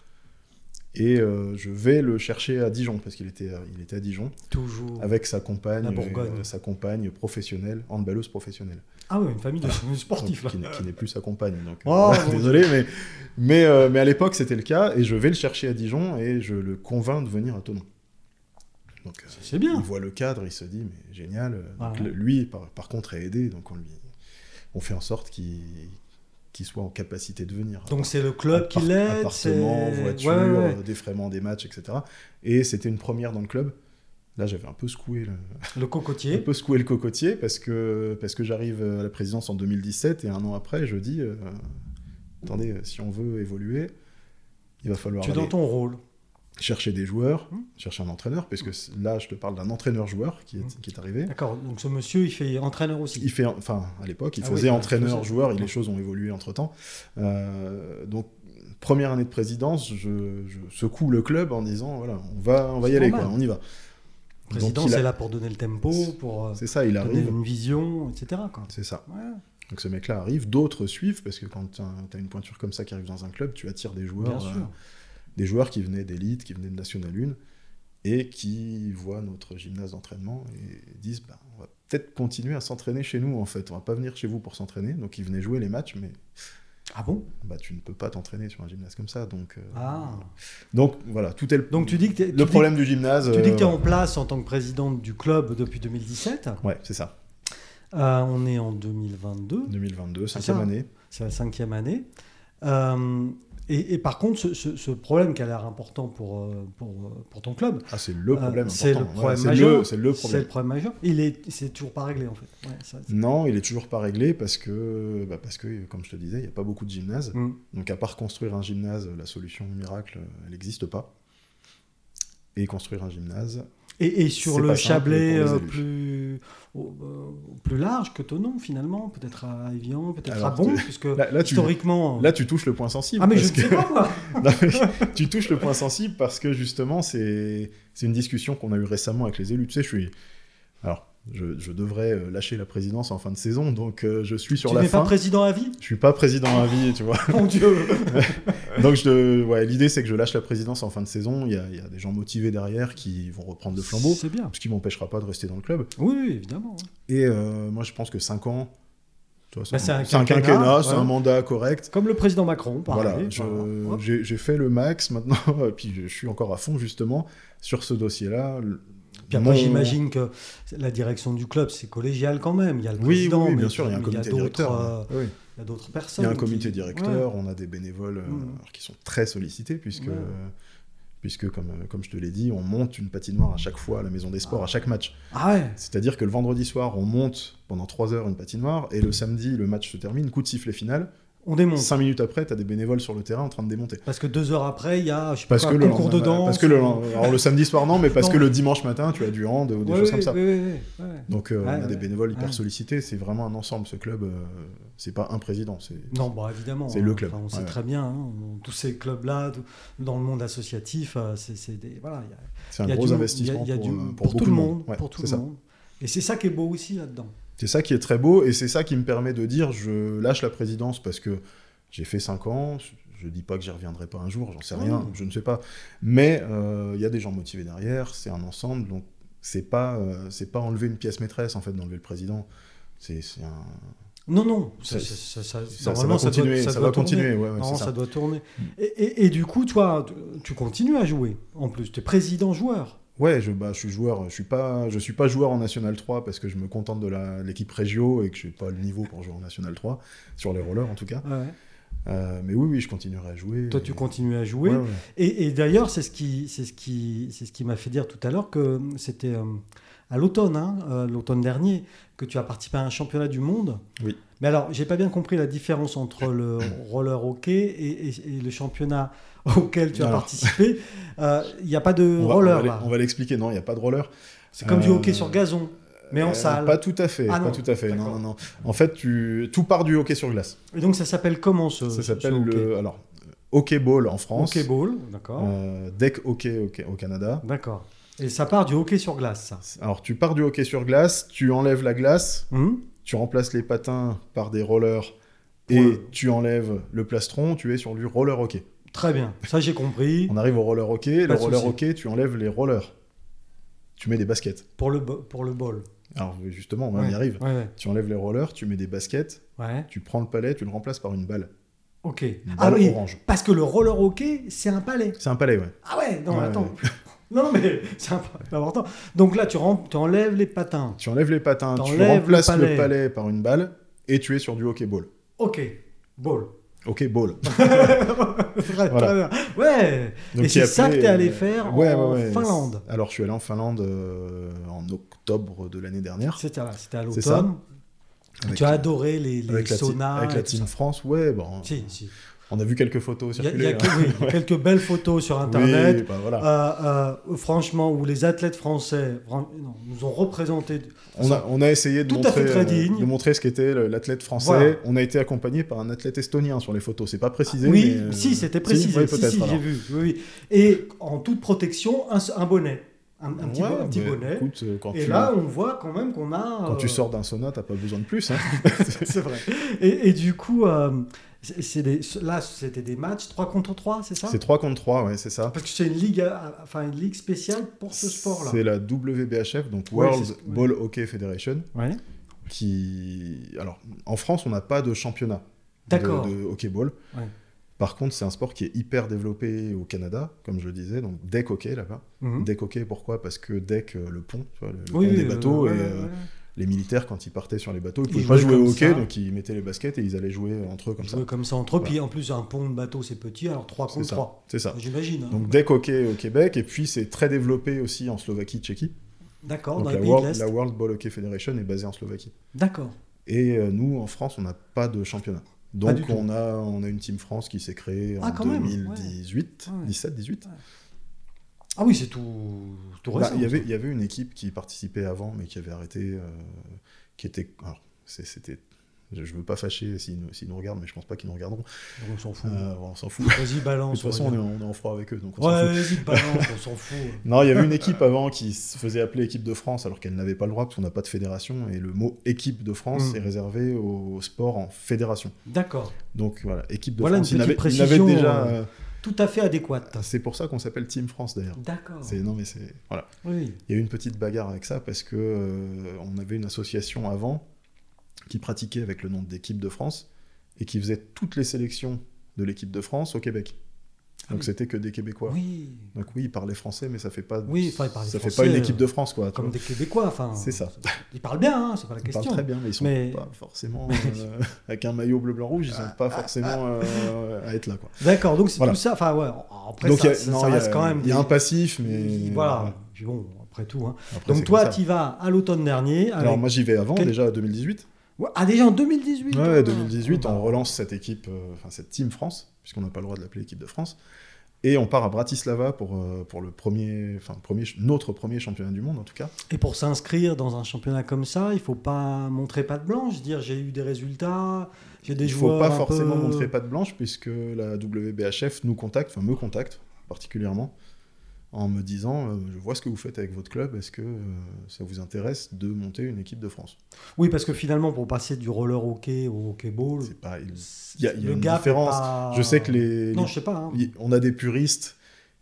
Et euh, je vais le chercher à Dijon, parce qu'il était, à- il était à Dijon, Toujours. avec sa compagne, Oh. La Bourgogne. euh, sa compagne professionnelle, handballeuse professionnelle. Ah oui, une famille de sportifs. Donc, là. qui n'est- qui n'est plus sa compagne. Donc, Oh, (laughs) voilà, mon désolé, mais, mais, euh, mais à l'époque, c'était le cas, et je vais le chercher à Dijon, et je le convainc de venir à Tonon. Donc, euh, C'est il bien. voit le cadre, il se dit, mais génial. euh, donc, Voilà. le- Lui, par, par contre, est aidé, donc on, lui, on fait en sorte qu'il qu'il soit en capacité de venir. Donc c'est le club qui Appart- l'aide. Appartement, c'est- voiture, Ouais, ouais, ouais. euh, défraiement des matchs, etc. Et c'était une première dans le club. Là, j'avais un peu secoué le, Le un cocotier. peu secouer le cocotier parce que, parce que j'arrive euh, à la présidence en 2017 et un an après, je dis euh, attendez, euh, si on veut évoluer, il va falloir Tu es aller dans ton rôle. chercher des joueurs, Hmm. chercher un entraîneur, parce que Mmh. c- là, je te parle d'un entraîneur-joueur qui est, qui est arrivé. D'accord, donc ce monsieur, il fait entraîneur aussi. Il fait, enfin, à l'époque, il Ah oui, il faisait faisait- entraîneur-joueur, Ouais. les choses ont évolué entre temps. Euh, donc, première année de présidence, je, je secoue le club en disant voilà, on va, on va y C'est aller, normal. quoi, on y va. Le président, Donc, il a- c'est là pour donner le tempo, pour euh, C'est ça, il donner arrive. une vision, etc. quoi. C'est ça. Ouais, Donc ce mec-là arrive, d'autres suivent, parce que quand tu as une pointure comme ça qui arrive dans un club, tu attires des bien joueurs, euh, sûr. des joueurs qui venaient d'élite, qui venaient de National 1, et qui voient notre gymnase d'entraînement et disent bah, on va peut-être continuer à s'entraîner chez nous en fait, on va pas venir chez vous pour s'entraîner. Donc ils venaient jouer les matchs, mais Ah bon bah, tu ne peux pas t'entraîner sur un gymnase comme ça. Donc, euh, Ah. donc voilà, tout est le, Donc tu dis que t'es- tu le dis- problème du gymnase. Tu dis que tu es euh, en place en tant que présidente du club depuis 2017. Ouais, c'est ça. Euh, on est en 2022, 2022, C'est cinquième ça. année. c'est la cinquième année. Euh, et, et par contre, ce, ce- ce problème qui a l'air important pour, euh, pour, euh, pour ton club, Ah, c'est le euh, problème. c'est le important. Ouais, problème c'est majeur. le- c'est le C'est problème. le problème majeur. Il est, c'est toujours pas réglé en fait. Ouais, ça, c'est- Non, il est toujours pas réglé parce que, bah, parce que comme je te disais, il n'y a pas beaucoup de gymnases. Mm. Donc à part construire un gymnase, la solution miracle, elle n'existe pas. Et construire un gymnase, Et, et sur C'est le pas simple Chablais pour les euh, élus. plus, au- euh, plus large que Tonon finalement, peut-être à Evian, peut-être à Alors, Bon, tu- puisque là, là, tu, historiquement. là tu touches le point sensible. ah mais je parce ne que- sais pas moi. (laughs) Non, mais tu touches le point sensible parce que justement, c'est c'est une discussion qu'on a eue récemment avec les élus. Tu sais, je suis. Alors, je, je devrais euh, lâcher la présidence en fin de saison, donc euh, je suis sur tu la n'es fin. pas président à vie, Je suis pas président à vie, tu vois. mon (laughs) Dieu. Donc, je, ouais, l'idée, c'est que je lâche la présidence en fin de saison. Il y a, il y a des gens motivés derrière qui vont reprendre le flambeau, C'est bien. ce qui m'empêchera pas de rester dans le club. Oui, oui, évidemment. Et euh, moi, je pense que 5 ans, tu vois, Bah, c'est un c'est un quinquennat, quinquennat, c'est ouais. un mandat correct. Comme le président Macron, par Voilà, exemple. je- Voilà. Hop. j'ai j'ai fait le max maintenant, (laughs) et puis je suis encore à fond justement sur ce dossier-là. Le- Puis après, mon- j'imagine que la direction du club, c'est collégial quand même. Il y a le Oui, oui, président, oui, mais bien sûr, il y a un mais comité d'autres, directeur. euh, Oui. il y a d'autres Il personnes. y a un comité qui- directeur, on a des bénévoles euh, Mm. alors, qui sont très sollicités, puisque, Ouais. euh, puisque comme, euh, comme je te l'ai dit, on monte une patinoire à chaque fois à la maison des sports, à chaque match. Ouais. Ah ouais. C'est-à-dire que le vendredi soir, on monte pendant 3 heures une patinoire, et le samedi, le match se termine, coup de sifflet final. On démonte. 5 minutes après, tu as des bénévoles sur le terrain en train de démonter. Parce que deux heures après, il y a je sais pas Parce quoi, que, un le concours de lendemain- danse. parce que le, alors le samedi soir non, mais parce Non. que le dimanche matin tu as du hand ou des Ouais, choses ouais, comme ça. ouais, ouais, ouais. Donc euh, Ouais, on a ouais. des bénévoles hyper Ouais. sollicités, c'est vraiment un ensemble ce club, euh, c'est pas un président, c'est Non, bah évidemment. C'est hein. le club. Enfin, on sait Ouais, très bien, hein, on- tous ces clubs-là, tout- dans le monde associatif, euh, c'est c'est des. Voilà, il y a- c'est un il y a gros du- investissement il y a- il y a pour, du- euh, pour pour beaucoup tout le de monde. Ouais, Pour tout c'est le ça. monde. Et c'est ça qui est beau aussi là-dedans. C'est ça qui est très beau et c'est ça qui me permet de dire je lâche la présidence parce que j'ai fait 5 ans, je dis pas que j'y reviendrai pas un jour, j'en sais Ah Oui. rien, je ne sais pas. Mais euh, il y a des gens motivés derrière, c'est un ensemble, donc c'est pas, euh, c'est pas enlever une pièce maîtresse en fait d'enlever le président. C'est c'est un... Non, non. Ça- ça- ça- ça- ça, ça va normalement, ça doit- continuer, ça, doit va tourner. continuer, ouais, ouais, Non, c'est ça. ça. doit tourner. Et, et- et du coup, toi, tu- tu continues à jouer. En plus, tu es président joueur. Ouais, je, bah, je suis joueur, je suis pas, je suis pas joueur en National 3 parce que je me contente de la- l'équipe régio et que je n'ai pas le niveau pour jouer en National 3 sur les rollers en tout cas. Ouais. Euh, mais oui, oui, je continuerai à jouer. Toi, tu continues à jouer. Et, et d'ailleurs, c'est ce qui, c'est ce qui, c'est ce qui m'a fait dire tout à l'heure que c'était euh, à l'automne, hein, euh, l'automne dernier, que tu as participé à un championnat du monde. Oui. Mais alors, j'ai pas bien compris la différence entre le (coughs) roller hockey et, et- et le championnat (laughs) auquel tu as Alors. participé. Euh, Il n'y a pas de On va, roller on va là. l'e- on va l'expliquer. Non, il n'y a pas de roller. C'est comme du Euh, hockey sur gazon, mais en Euh, salle. Pas tout à fait. Ah pas non. tout à fait. Non, D'accord. non, non. En fait, tu, tout part du hockey sur glace. Et donc, ça s'appelle comment ce Ça ce- ce s'appelle Euh, hockey le, alors, hockey ball en France, Hockey ball, d'accord. euh, deck hockey au- au Canada. D'accord. Et ça part du hockey sur glace, ça. Alors, tu pars du hockey sur glace, tu enlèves la glace, Hum tu remplaces les patins par des rollers Pour et le- tu enlèves le plastron, tu es sur du roller hockey. Très bien. Ça, j'ai compris. On arrive au roller hockey, Pas le de roller souci. hockey, tu enlèves les rollers. Tu mets des baskets. Pour le, bo- pour le ball. Alors oui, justement, on y arrive. Ouais, ouais. Tu enlèves les rollers, tu mets des baskets, ouais. tu prends le palais, tu le remplaces par une balle. Ok. Une Ah balle oui, orange. parce que le roller hockey, c'est un palais. C'est un palais, ouais. Ah ouais, non, Ouais, attends. ouais. Non, mais (laughs) c'est un palais, c'est important. Donc là, tu, rem- tu enlèves les patins. Tu enlèves les patins, tu T'enlèves le remplaces le palais. palais. par une balle et tu es sur du hockey ball. Ok. Ball. (laughs) Hockey ball. Très Voilà. bien. Ouais. Donc, Et qui c'est est ça appelé, que t'es allé euh, faire ouais, en ouais, ouais. Finlande. Alors je suis allé en Finlande euh, en octobre de l'année dernière. C'était à, c'était à C'est ça. l'automne. Avec- Tu as adoré les, les avec la, team- saunas. avec et la tout team ça. France, ouais, bon, Si, si. on a vu quelques photos Il y a, circuler. il y a que- hein. oui, il y a quelques belles photos sur Internet. Oui, bah, voilà. Euh, euh, franchement, où les athlètes français fran- non, nous ont représenté. On a, on a essayé de Tout à fait montrer, très euh, digne. de montrer ce qu'était le- l'athlète français. Voilà. On a été accompagné par un athlète estonien sur les photos. C'est pas précisé. Oui, mais, euh, si, c'était précisé. ouais, Si, peut-être, si, alors. j'ai vu. Oui, oui. Et en toute protection, un, s- un bonnet. Un, un petit, Ouais, bo- un petit mais bonnet. écoute, euh, quand, Et tu, là, on voit quand même qu'on a. quand euh, tu sors d'un sauna, t'as pas besoin de plus. hein. (laughs) C'est vrai. Et, et du coup, euh, c'est- c'est des- là, c'était des matchs 3 contre 3, c'est ça c'est 3 contre 3, ouais, c'est ça. Parce que c'est une ligue, à- à- enfin, une ligue spéciale pour ce sport-là. C'est la WBHF, donc Ouais, World c'est ce- ouais. Ball Hockey Federation, Ouais. qui. Alors, en France, on n'a pas de championnat de, D'accord. de hockey ball. Ouais. Par contre, c'est un sport qui est hyper développé au Canada, comme je le disais, donc deck hockey là-bas. Mhm. Deck hockey, pourquoi Parce que deck, euh, le pont, tu vois, le, le Oui, pont des euh, bateaux, ouais, et ouais, euh, ouais. les militaires, quand ils partaient sur les bateaux, ils Ils pouvaient pas jouaient jouer au comme hockey, ça. donc ils mettaient les baskets et ils allaient jouer entre eux comme ça. Jouer comme ça entre eux. Voilà. Puis en plus, un pont de bateau, c'est petit, alors 3 C'est contre ça. 3. C'est ça. J'imagine. hein. Ah. Donc deck hockey au Québec, et puis c'est très développé aussi en Slovaquie, Tchéquie. D'accord, Ah, dans Donc les la pays de World, l'Est. la World Ball Hockey Federation est basée en Slovaquie. D'accord. Et euh, nous, en France, on n'a pas de championnat. du Donc tout. on a, on a une Team France qui s'est créée en Ah, quand même, ouais. 2018, Ouais. 17, 18. Ah oui, c'est tout, tout Bah, récent. il, y avait, ça. il y avait une équipe qui participait avant, mais qui avait arrêté, euh, qui était... alors, c'est- c'était... Je je veux pas fâcher s'ils nous, s'ils nous regardent, mais je pense pas qu'ils nous regarderont. On s'en fout. Euh, on s'en fout. Vas-y, De balance. toute façon, on on va est, Mmh. dire. on est en froid avec eux, donc on s'en Ouais, fout. vas-y, balance, on s'en fout. (laughs) Non, il y avait une équipe avant qui se faisait appeler équipe de France alors qu'elle n'avait pas le droit parce qu'on n'a pas de fédération et le mot équipe de France Mm. est réservé au sport en fédération. D'accord. Donc voilà, équipe de Voilà France. une il petite avait, il avait précision, déjà. euh, euh, Tout à fait adéquate. C'est pour ça qu'on s'appelle Team France d'ailleurs. D'accord. C'est non mais c'est voilà. Oui. Il y a eu une petite bagarre avec ça parce que euh, on avait une association avant qui pratiquait avec le nom d'équipe de France et qui faisait toutes les sélections de l'équipe de France au Québec. Ah Donc oui. c'était que des Québécois. Oui. Donc oui, ils parlaient français, mais ça fait pas. Oui, enfin, ils parlaient ça fait pas français, euh, une équipe de France quoi. tu Comme vois. des Québécois, enfin. C'est ça. Ils parlent bien, hein, c'est pas la Ils parlent question. très bien, mais ils sont Mais- pas forcément (laughs) euh, avec un maillot bleu blanc rouge, ils sont Ah. pas forcément euh, à être là quoi. D'accord, donc c'est Voilà. tout ça. Enfin, ouais. Après, Donc ça, il y a- ça- non, ça il y a- reste quand même. Il y a des- un passif, mais Voilà. Puis bon, après tout. hein. Après, c'est Donc toi, comme ça. tu vas à l'automne dernier. avec- Alors moi j'y vais avant Quel- déjà 2018. Ouais, Ah déjà en 2018. Ouais, hein. 2018, Ah, bah, on relance cette équipe, euh, enfin cette Team France, puisqu'on n'a pas le droit de l'appeler équipe de France, et on part à Bratislava pour euh, pour le premier, enfin le premier, ch- notre premier championnat du monde en tout cas. Et pour s'inscrire dans un championnat comme ça, il faut pas montrer pas de blanche, dire j'ai eu des résultats, j'ai des Il faut joueurs. pas un forcément peu- montrer patte blanche puisque la WBHF nous contacte, enfin me contacte particulièrement, en me disant euh, je vois ce que vous faites avec votre club, est-ce que euh, ça vous intéresse de monter une équipe de France Oui, parce que finalement, pour passer du roller hockey au hockey ball, C'est pas, il- c'est- y a- il y a le une gap est différence. pas- Je sais que les, Non, les- je sais pas. hein. y- on a des puristes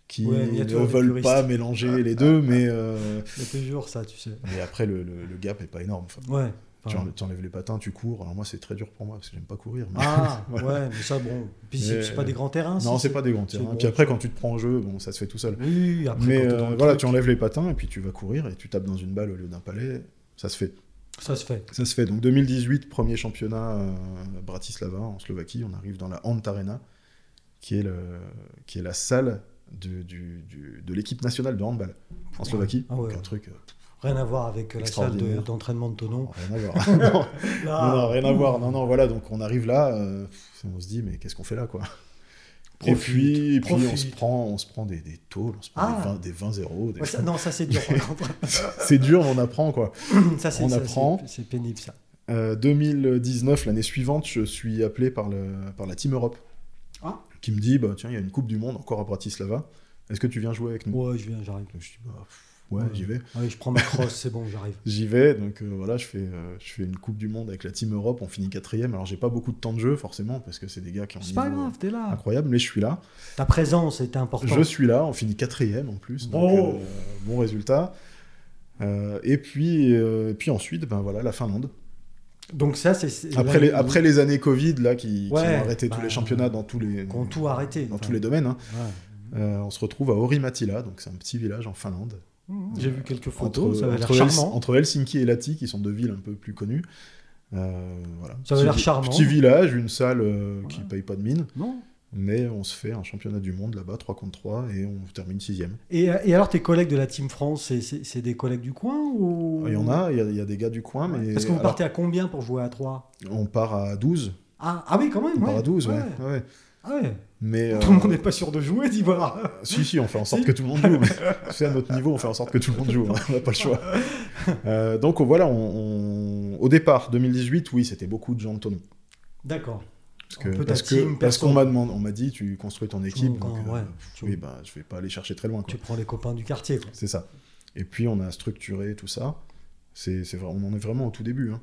qui Ouais, il y a ne toujours des veulent puristes. Ah, pas mélanger les deux, mais euh, Il y a toujours ça, tu sais. mais après le, le- le gap est pas énorme. Enfin, Ouais. tu enfin, en- tu enlèves les patins, tu cours. Alors moi c'est très dur pour moi parce que j'aime pas courir. mais- (laughs) Ah, Voilà. ouais, mais ça, bon. Puis c'est Mais- c'est pas des grands terrains. non, Ah, si, c'est pas des grands tirs. c'est hein. Puis bon. après quand tu te prends en jeu, bon ça se fait tout seul. Oui, oui, après. quand Mais t'es euh, dans le voilà, truc, tu enlèves les patins et puis tu vas courir et tu tapes dans une balle au lieu d'un palet. Ça se fait. Ça se fait. Ça se fait. Donc 2018, premier championnat euh, à Bratislava en Slovaquie. On arrive dans la Ant Arena, qui est, le, qui est la salle du- du- du- de l'équipe nationale de handball en Slovaquie. Ah ouais. Donc un truc. euh, Rien à voir avec la salle de- Extraordinaire. d'entraînement de, Tonon. rien à voir. (laughs) non, Là, non, non, rien à voir. Non, non, voilà. Donc on arrive là. euh, pff, on se dit, mais qu'est-ce qu'on fait là, quoi profite, Et puis, et puis on se profite. prend, on se prend des, des tôles, on se prend Ah. des 20-0. Ouais, ça- non, ça c'est dur. par contre. (laughs) C'est dur, mais on apprend, quoi. (clears throat) ça c'est On ça, c'est- apprend. C'est pénible ça. Euh, 2019, l'année suivante, je suis appelé par, le- par la Team Europe, Ah. qui me dit bah, tiens, il y a une Coupe du Monde encore à Bratislava. Est-ce que tu viens jouer avec nous Ouais, je viens, j'arrive. Donc, Je dis bah, pff, ouais, Ouais. j'y vais. Allez, je prends ma crosse, c'est bon, (laughs) j'arrive. J'y vais, donc euh, voilà, je fais, euh, je fais une Coupe du Monde avec la Team Europe. On finit quatrième. Alors j'ai pas beaucoup de temps de jeu forcément parce que c'est des gars qui ont un C'est pas niveau grave, t'es là. incroyable, mais je suis là. Ta présence est importante. Je suis là. On finit quatrième en plus, donc Oh. euh, bon résultat. Euh, et puis, euh, et puis ensuite, ben voilà, la Finlande. Donc ça c'est- c'est Après là, les, il- après les années Covid, là, qui, qui Ouais, ont arrêté bah, tous les championnats dans tous les... qui ont tout arrêté, Dans enfin. tous les domaines. hein. Ouais. Euh, on se retrouve à Orimatila, donc c'est un petit village en Finlande. Mmh, J'ai vu quelques photos, entre, ça avait l'air entre Hels- charmant. entre Helsinki et Lati, qui sont deux villes un peu plus connues. Euh, voilà. Ça avait Petit l'air vi- charmant. Petit village, une salle euh, qui Voilà. paye pas de mine, Non. mais on se fait un championnat du monde là-bas, 3 contre 3, et on termine 6 Et, euh, et alors tes collègues de la Team France, c'est- c'est c'est des collègues du coin ou Il Ah, y en a, il y a, il y a des gars du coin, mais Parce que vous alors, partez à combien pour jouer à 3 on part à 12. ah, ah oui, quand même. On part ouais. à 12, ouais. Ouais. ouais. Ah ouais. Mais, Tout le monde euh, n'est pas sûr de jouer, d'y voir. Si, si, on fait en sorte Si. que tout le monde joue. mais C'est à notre niveau, on fait en sorte que tout le monde joue. hein, On n'a pas le choix. Euh, donc on- voilà, on- on- au départ, 2018, oui, c'était beaucoup de gens de tonneau. (laughs) D'accord. Parce que- Un peu ta parce que- team, parce qu'on perso. m'a demandé, on m'a dit, tu construis ton équipe. Ton- donc, euh, ouais, pff, tu- oui, bah, je vais pas aller chercher très loin. quoi. Tu prends les copains du quartier. Quoi. C'est ça. Et puis on a structuré tout ça. C'est, c'est vrai, on en est vraiment au tout début. hein.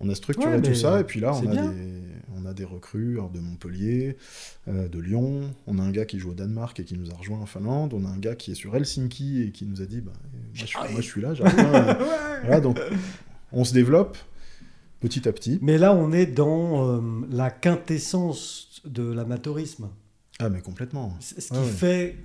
On a structuré Ouais, mais tout ça, et puis là, c'est on a, bien. des, on a des recrues alors, de Montpellier, euh, de Lyon. On a un gars qui joue au Danemark et qui nous a rejoint en Finlande. On a un gars qui est sur Helsinki et qui nous a dit bah, euh, moi, je, moi, je suis là, (laughs) j'arrive. hein. Voilà, donc on se développe petit à petit. Mais là, on est dans euh, la quintessence de l'amateurisme. Ah, mais complètement. C'est- Ce qui Ouais, ouais. fait.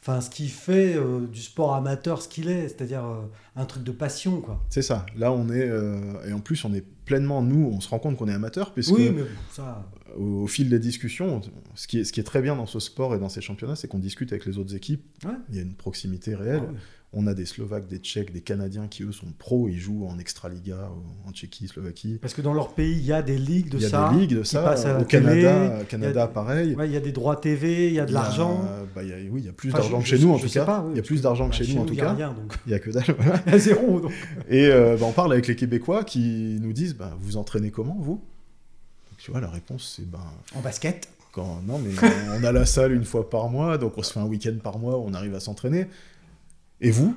enfin ce qui fait euh, du sport amateur ce qu'il est, c'est-à-dire euh, un truc de passion quoi. C'est ça. Là, on est. euh, et en plus, on est pleinement, nous, on se rend compte qu'on est amateur, puisque oui, mais bon, ça, au, au fil des discussions, on- ce qui, est, ce qui est très bien dans ce sport et dans ces championnats, c'est qu'on discute avec les autres équipes. Ouais. Il y a une proximité réelle. Ah ouais. On a des Slovaques, des Tchèques, des Canadiens qui, eux, sont pros. Ils jouent en Extraliga, en Tchéquie, Slovaquie. parce que dans leur pays il y a des ligues de il y a ça, des ligues de qui ça. passent à la Au télé, Canada, il y Canada a- pareil. ouais, il y a des droits TV, il y a de l'argent. bah, il y a- oui, il y a plus Enfin, d'argent je- que chez je- nous, en je tout sais cas. pas, oui, il y a parce plus que, d'argent que bah, chez nous, en tout il y a cas. rien, donc. (laughs) Il y a que dalle. (laughs) voilà. Il y a zéro. donc. Et euh, bah, on parle avec les Québécois qui nous disent bah, Vous entraînez comment, vous Donc, Tu vois, la réponse, c'est ben, En basket. quand... Non, mais on a la salle une fois par mois, donc on se fait un week-end par mois, on arrive à s'entraîner. Et vous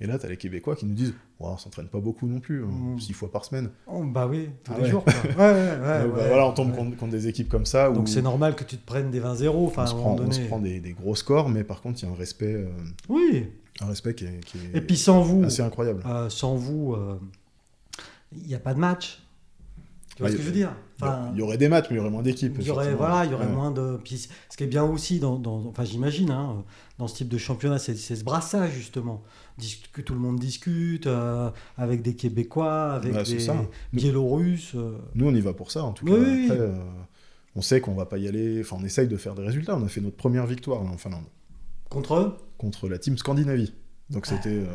Et là, tu as les Québécois qui nous disent Ouah, On s'entraîne pas beaucoup non plus, hein, Mm. six fois par semaine. Oh, bah oui, tous Ah les ouais. (laughs) jours. quoi. Ouais, ouais, ouais, Donc, bah, ouais. voilà, on tombe contre, contre des équipes comme ça. où Donc c'est normal que tu te prennes des 20-0. on, Enfin, à se un prend, moment on se donné. prend des, des gros scores, mais par contre, il y a un respect, euh, Oui. un respect qui est, qui est Et puis sans vous, assez incroyable. euh, sans vous, euh, il n'y a pas de match. Tu vois Ouais, ce que il- je veux dire Il Ah, y aurait- Enfin, il y aurait des matchs, mais il y aurait moins d'équipes. Il y aurait, effectivement. voilà, il y aurait Ouais. moins de. Puis c- ce qui est bien aussi, dans, dans- enfin, j'imagine, hein, dans ce type de championnat, c'est c'est ce brassage justement, Dis- que tout le monde discute euh, avec des Québécois, avec Bah, c'est des ça. Nous- Biélorusses. euh. Nous, on y va pour ça, en tout Oui, cas. oui, Après, oui. euh, on sait qu'on va pas y aller. Enfin, on essaye de faire des résultats. On a fait notre première victoire là, en Finlande contre eux. contre la team Scandinavie. Donc, c'était. euh,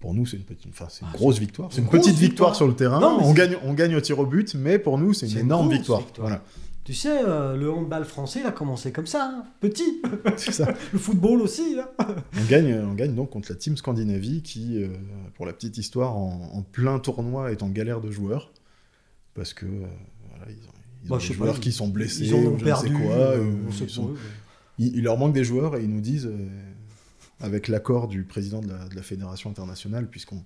Pour nous, c'est une petite, enfin, c'est une Ah, grosse victoire. C'est une, une grosse petite victoire, victoire. sur le terrain. Non, mais on c'est- gagne, on gagne au tir au but, mais pour nous, c'est une C'est une énorme grosse victoire. victoire. Voilà, Tu sais, euh, le handball français, il a commencé comme ça, hein, petit. (laughs) c'est ça. le football aussi, là. On gagne, on gagne donc contre la team Scandinavie qui, euh, pour la petite histoire, en, en plein tournoi est en galère de joueurs parce que euh, voilà, ils ont, ils Bah, ont je des sais pas, joueurs ils- qui sont blessés, Ils en ont ou je ne sais perdu. quoi, euh, euh, on sait ils pas, sont- ouais. il, il leur manque des joueurs et ils nous disent, euh, avec l'accord du président de la, de la fédération internationale, puisqu'on